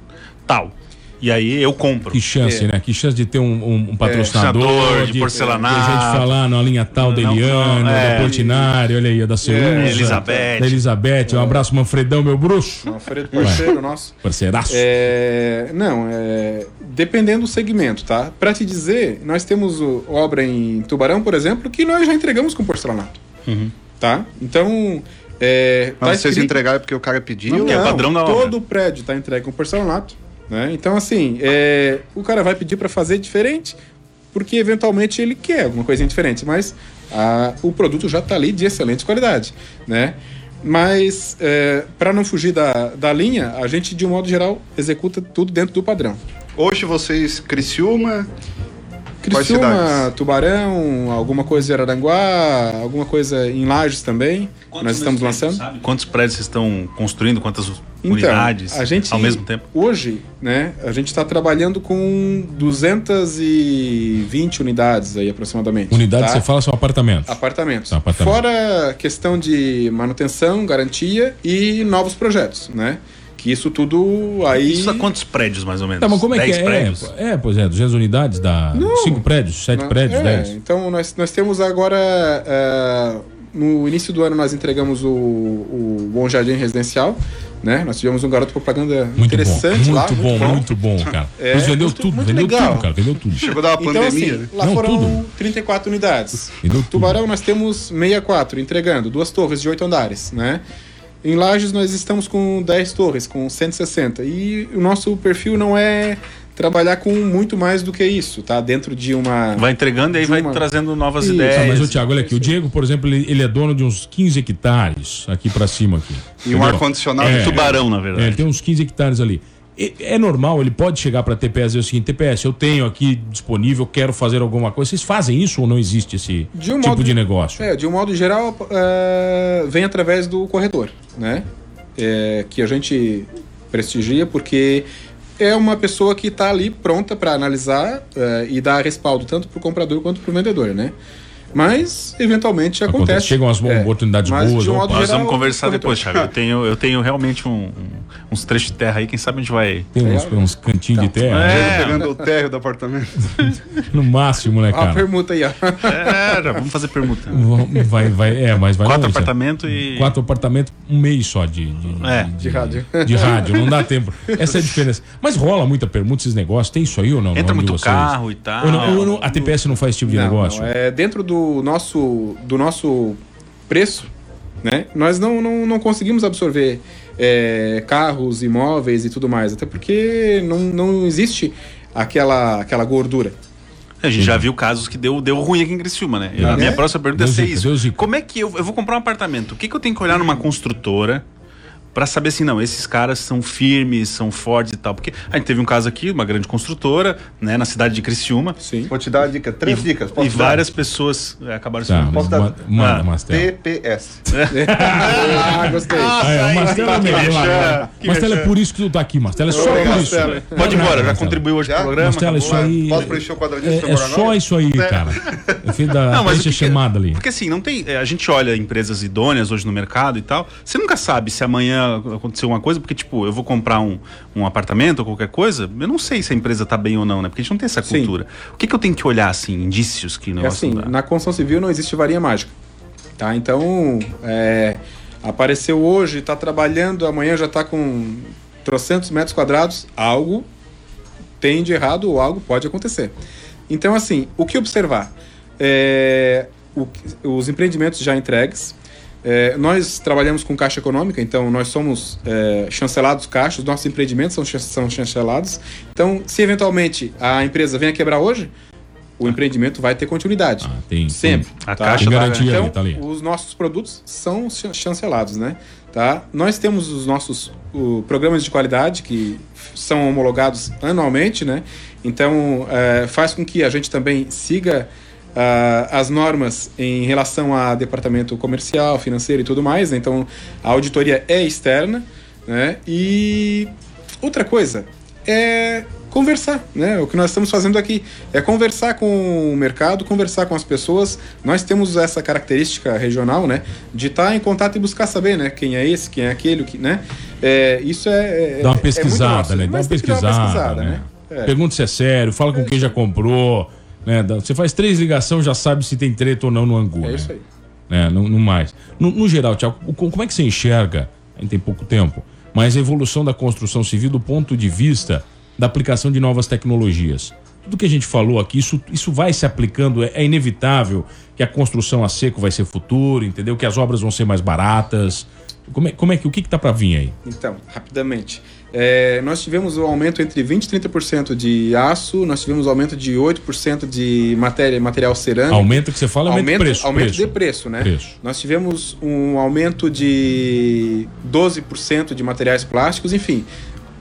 tal. E aí eu compro.
Que chance,
É.
né? Que chance de ter um, um- um patrocinador.
patrocinador, de
De a gente
porcelanato.
falar na linha tal da
Não,
Eliana,
não, é.
da Portinari, olha aí, a da Ceusa.
Elizabeth.
Da Elizabeth. Um abraço, Manfredão, meu bruxo.
Alfredo, parceiro nosso.
Parceiraço.
É, não, é, dependendo do segmento, tá? Pra te dizer, nós temos o- obra em Tubarão, por exemplo, que nós já entregamos com porcelanato, tá? Então, é, tá
Mas vocês
escrito-
entregaram porque o cara pediu.
Não, que é o padrão da obra.
todo o prédio tá entregue com porcelanato, né? Então, assim, é, o cara vai pedir pra fazer diferente, porque eventualmente ele quer alguma coisinha diferente, mas a- o produto já tá ali de excelente qualidade, né? Mas, é, para não fugir da, da linha, a gente, de um modo geral, executa tudo dentro do padrão.
Hoje vocês, Criciúma, Quais
Criciúma,
cidades?
Tubarão, alguma coisa de Araranguá, alguma coisa em Lages também, nós estamos lançando.
Quantos prédios vocês estão construindo? Quantas
Então,
unidades
a gente,
ao mesmo tempo?
Hoje, né, a gente está trabalhando com 220 unidades aí aproximadamente.
Unidade,
tá?
você fala, são apartamentos.
Apartamentos.
Tá, apartamento.
Fora questão de manutenção, garantia e novos projetos, né? Que isso tudo aí.
Isso é dá quantos prédios, mais ou menos?
Tá, mas como é que
10
é?
prédios?
É, é, pois é, 200 unidades dá 5 prédios, 7
Não,
prédios, né?
é,
10.
Então nós, nós temos agora. ah, no início do ano nós entregamos o, o Bom Jardim Residencial, né? Nós tivemos um garoto propaganda
Muito
interessante
bom,
lá.
muito bom, muito bom, cara.
É,
Mas vendeu
muito-
tudo,
muito
vendeu
legal.
tudo, cara, vendeu tudo.
chegou da
Então,
pandemia. né?
assim, lá
Não,
foram
tudo.
34 unidades.
Vendeu tudo.
Tubarão, nós temos 64 entregando, duas torres de oito andares, né? Em Lages, nós estamos com 10 torres, com 160. E o nosso perfil não é trabalhar com muito mais do que isso, tá? Dentro de uma.
Vai entregando e aí
de
vai
uma-
trazendo novas
é Isso.
ideias.
Ah, mas, o Thiago, olha aqui, o Diego, por exemplo, ele, ele é dono de uns 15 hectares aqui pra cima aqui.
E um
entendeu?
ar-condicionado
É.
de tubarão.
Tubarão, na
É, ele
verdade.
tem uns 15 hectares ali. E- É normal, ele pode chegar pra TPS e dizer o seguinte, TPS, eu tenho aqui disponível, quero fazer alguma coisa. Vocês fazem isso ou não existe esse
De um
tipo
modo-
de negócio?
É, de um modo geral, é, vem através do corretor, né? É, que a gente prestigia porque é uma pessoa que está ali pronta para analisar é, e dar respaldo tanto para o comprador quanto para o vendedor, né? Mas, eventualmente, acontece.
Acontece, chegam as bo-
É,
oportunidades
mas
boas,
de um
opa.
modo
Nós
geral, é
vamos conversar
corretor.
depois, Thiago. Eu tenho, eu tenho realmente um- um- uns trechos de terra aí, quem sabe a gente vai.
Tem
é,
uns, uns cantinhos
então.
de terra, né?
É,
Pegando o térreo do apartamento.
no máximo, né,
Ó, a
cara?
permuta aí, ó.
é, vamos fazer permuta.
Vão- Vai, vai, é, mas vai
Quatro
longe, né?
apartamentos e.
Quatro apartamentos, um mês só de, de,
É,
de rádio.
De rádio, não dá tempo. Essa é a diferença. Mas rola muita permuta esses negócios, tem isso aí ou não?
Entra
no ramo de
muito
vocês?
carro e tal.
Ou não- ou não- a TPS não faz esse tipo de
Não,
negócio?
não, é dentro do nosso do nosso preço, né? Nós não, não, não conseguimos absorver é, carros, imóveis e tudo mais, até porque não, não existe aquela aquela gordura.
A gente já viu casos que deu, deu ruim aqui em Criciúma, né? a minha próxima pergunta é
Deu
se é
zica,
isso.
deu zica.
Como é que eu, eu vou comprar um apartamento? O que, que eu tenho que olhar numa construtora pra saber se não, esses caras são firmes, são fortes e tal? Porque a gente teve um caso aqui, uma grande construtora, né, na cidade de Criciúma.
Sim.
Vou te dar uma dica, três dicas.
E
posso dar?
várias pessoas é, acabaram
Tá,
se
Posso dar-
ma- manda,
Ah,
Mastela.
TPS.
ah, gostei.
Ah, é, o Mastela é
que
melhor.
mexer,
cara.
que
Mastela, é
mexer.
por isso que tu tá aqui, Mastela. É só
Obrigado,
por isso.
Mastela.
Pode ir embora, já
Mastela.
contribuiu hoje
Já?
pro programa.
Mastela, isso
acabou.
aí.
Posso preencher o quadradinho do
É,
seu
é
programa
só
agora?
isso aí, cara. Eu fiz da
Não, mas
deixa
o que é? que-
chamada ali.
Porque assim, não tem. é, A gente olha empresas idôneas hoje no mercado e tal. Você nunca sabe se amanhã aconteceu uma coisa, porque, tipo, eu vou comprar um, um apartamento ou qualquer coisa, eu não sei se a empresa tá bem ou não, né? Porque a gente não tem essa
Sim.
cultura. O que, que eu tenho que olhar, assim, indícios que o
É
negócio
assim,
não dá?
na construção civil não existe varinha mágica. Tá? Então, é, apareceu hoje, tá trabalhando, amanhã já tá com trocentos metros quadrados, algo tem de errado ou algo pode acontecer. Então, assim, o que observar? É, o que- os empreendimentos já entregues. é, nós trabalhamos com caixa econômica, então nós somos é, chancelados caixas, nossos empreendimentos são, chan- são chancelados. Então, se eventualmente a empresa venha quebrar hoje, o empreendimento vai ter continuidade.
Ah, tem.
Sempre.
A caixa
Tem garantia
Então,
ali, tá ali.
os nossos produtos são chan- chancelados, né? Tá? Nós temos os nossos o, programas de qualidade que f- são homologados anualmente, né? Então, eh, faz com que a gente também siga ah, as normas em relação a departamento comercial, financeiro e tudo mais. Né? Então, a auditoria é externa, né? E outra coisa é conversar, né? O que nós estamos fazendo aqui é conversar com o mercado, conversar com as pessoas. Nós temos essa característica regional, né? De estar em contato e buscar saber, né? Quem é esse, quem é aquele, o que, né? É, isso é, é
Dá uma
é muito
pesquisada,
nosso,
né? Dá uma
mas tem que dar
pesquisada, né?
É.
Pergunta se é sério, fala com quem já comprou. Né? Dá- Você faz três ligações, já sabe se tem treta ou não no Angu.
É
né?
isso aí.
né? Não, não mais. No, no geral, Tiago, o- como é que você enxerga? A gente tem pouco tempo, mas a evolução da construção civil do ponto de vista da aplicação de novas tecnologias. Tudo que a gente falou aqui, isso, isso vai se aplicando, é, é inevitável que a construção a seco vai ser futuro, entendeu? Que as obras vão ser mais baratas. Como é, como é que o que, que tá para vir aí?
Então, rapidamente. É, nós tivemos um aumento entre 20% e 30% de aço, nós tivemos um aumento de 8% de matéria, material cerâmico.
Aumenta o que você fala, aumenta o
aumento,
preço.
aumento
preço.
de preço, né?
Preço.
Nós tivemos um aumento de 12% de materiais plásticos, enfim,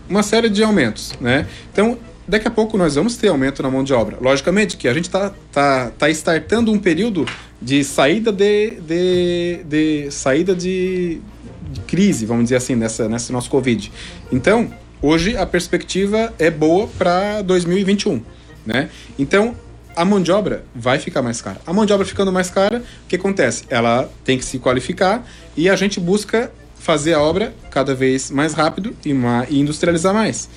uma série de aumentos, né? Então, daqui a pouco nós vamos ter aumento na mão de obra. Logicamente que a gente está tá, tá startando um período de saída de, de, de saída de, de crise, vamos dizer assim, nessa, nessa nosso Covid. Então, hoje a perspectiva é boa para 2021, né? Então, a mão de obra vai ficar mais cara. A mão de obra ficando mais cara, o que acontece? Ela tem que se qualificar e a gente busca fazer a obra cada vez mais rápido e, ma- e industrializar mais.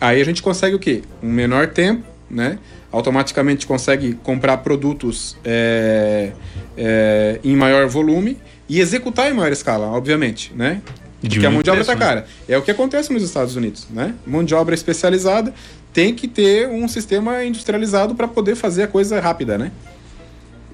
Aí a gente consegue o quê? Um menor tempo, né? Automaticamente consegue comprar produtos é, é, em maior volume e executar em maior escala, obviamente, né? Porque a
diminui
mão de
o
obra
preço,
está
né?
cara. É o que acontece nos Estados Unidos, né? Mão de obra especializada tem que ter um sistema industrializado para poder fazer a coisa rápida, né?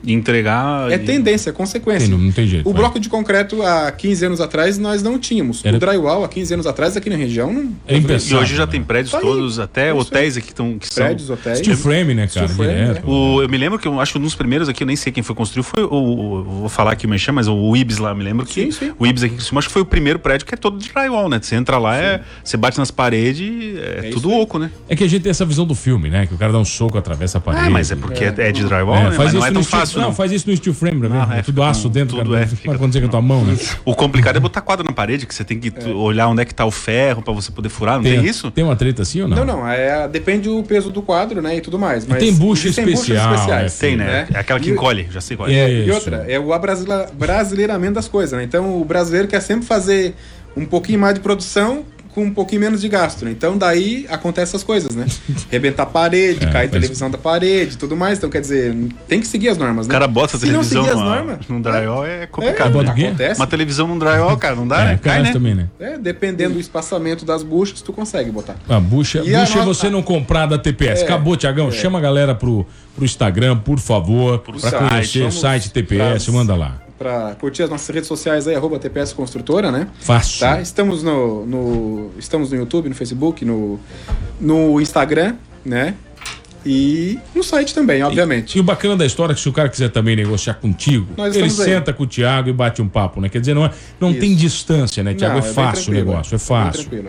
E entregar.
É
e-
tendência, é consequência.
Tem, não tem jeito, é.
O
vai.
bloco de concreto há 15 anos atrás nós não tínhamos.
Era-
O drywall há 15 anos atrás aqui na região não.
É
E
impensável.
hoje já
né?
tem prédios
Tá aí.
todos, até
Isso aí.
hotéis aqui tão, que são.
Prédios, hotéis.
Steel frame, né, cara?
Steel frame,
Direto.
O- eu me lembro que eu acho que um dos primeiros aqui, eu nem sei quem foi construir, foi o. o- o- vou falar aqui o Mexer, mas o Ibis lá, eu me lembro que.
Sim, sim.
O Ibis aqui em cima, acho que foi o primeiro prédio que é todo de drywall, né? Você entra lá, é, você bate nas paredes, é,
É
tudo
isso aí.
oco, né?
É que a gente tem essa visão do filme, né? Que o cara dá um soco, atravessa a parede.
É, mas é porque é, é de drywall,
É,
né?
faz
Mas não
isso
é
no
tão
steel-
fácil,
não,
não.
faz isso no steel frame pra ver.
Não,
né?
é,
tudo aço
não,
dentro,
tudo
cara.
é,
Vai
fica-
acontecer com a tua mão, né?
O complicado é botar quadro na parede, que você tem que tu- olhar onde é que tá o ferro pra você poder furar, não tem, isso?
Tem uma treta assim ou não?
Não, não, é, depende do peso do quadro, né? E tudo mais. Mas
tem bucha
existem buchas
especial,
especiais,
Tem, né? É aquela que
E-
encolhe, já sei qual é.
É,
E
isso.
outra, é o abrasila- brasileiramento das coisas, né? Então o brasileiro quer sempre fazer um pouquinho mais de produção com um pouquinho menos de gasto, né? Então daí acontece essas coisas, né? Rebentar a parede,
É,
cair
faz-
televisão da parede, tudo mais. Então quer dizer, tem que seguir as normas,
O
né?
cara bota a
Se não
televisão
seguir as
numa-
normas, né?
num drywall, é
Cara,
complicado.
bota o quê?
acontece.
Uma televisão num drywall, cara, não dá,
É,
né? Cai, né?
também, né?
É, dependendo do espaçamento das buchas, tu consegue botar.
A bucha,
E a
bucha é
nossa-
você não comprar da TPS.
É,
Acabou, Tiagão. Chama a galera pro, pro Instagram, por favor, pra
site,
conhecer o
vamos
site TPS.
pras-
Manda lá.
Pra curtir as nossas redes sociais aí, arroba TPS Construtora, né?
Fácil.
Tá? Estamos no, no- estamos no YouTube, no Facebook, no, no Instagram, né? E no site também, obviamente.
E o bacana da história é que se o cara quiser também negociar contigo,
Nós
ele
estamos aí.
senta com o Thiago e bate um papo, né? Quer dizer, não, é, não
Isso.
tem distância, né, Thiago?
Não,
é,
bem
fácil o
tranquilo,
negócio, é
bem
fácil.
tranquilo.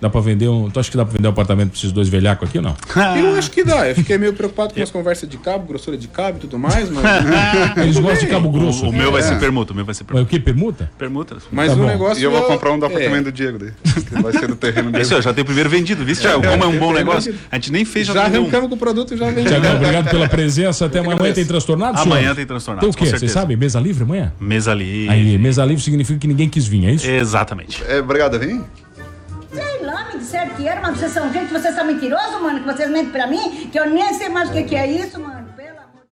Dá pra vender um. Tu acha que dá pra vender um apartamento pra esses dois velhacos aqui ou não?
Eu acho que dá. Eu fiquei meio preocupado com as conversas de cabo, grossura de cabo e tudo mais, mas.
Eles gostam de cabo grosso.
O, o meu vai
É.
ser permuta, o meu vai ser
Mas
permuta.
o que? Permuta?
Permuta.
Mas
Tá
o
bom.
negócio.
E eu vou
é-
comprar um do
é.
apartamento do Diego daí. Que vai ser do terreno
É
dele.
isso, ó, já tem o primeiro vendido, viu, Thiago? Como é um bom negócio. A gente nem fez, já,
Já
vendeu um.
arrancamos com o produto e já vendemos.
Tiagão, obrigado pela presença. Até amanhã. Amanhã tem transtornado? senhor?
Amanhã tem transtornado.
Tem o quê? Você sabe? Mesa livre amanhã?
Mesa ali.
Aí, mesa livre significa que ninguém quis vir, é isso?
Exatamente.
É, obrigado, vem?
Sei lá, me disseram que era, mas vocês são gente, vocês são mentirosos, mano, que vocês mentem pra mim, que eu nem sei mais o que, que é isso, mano.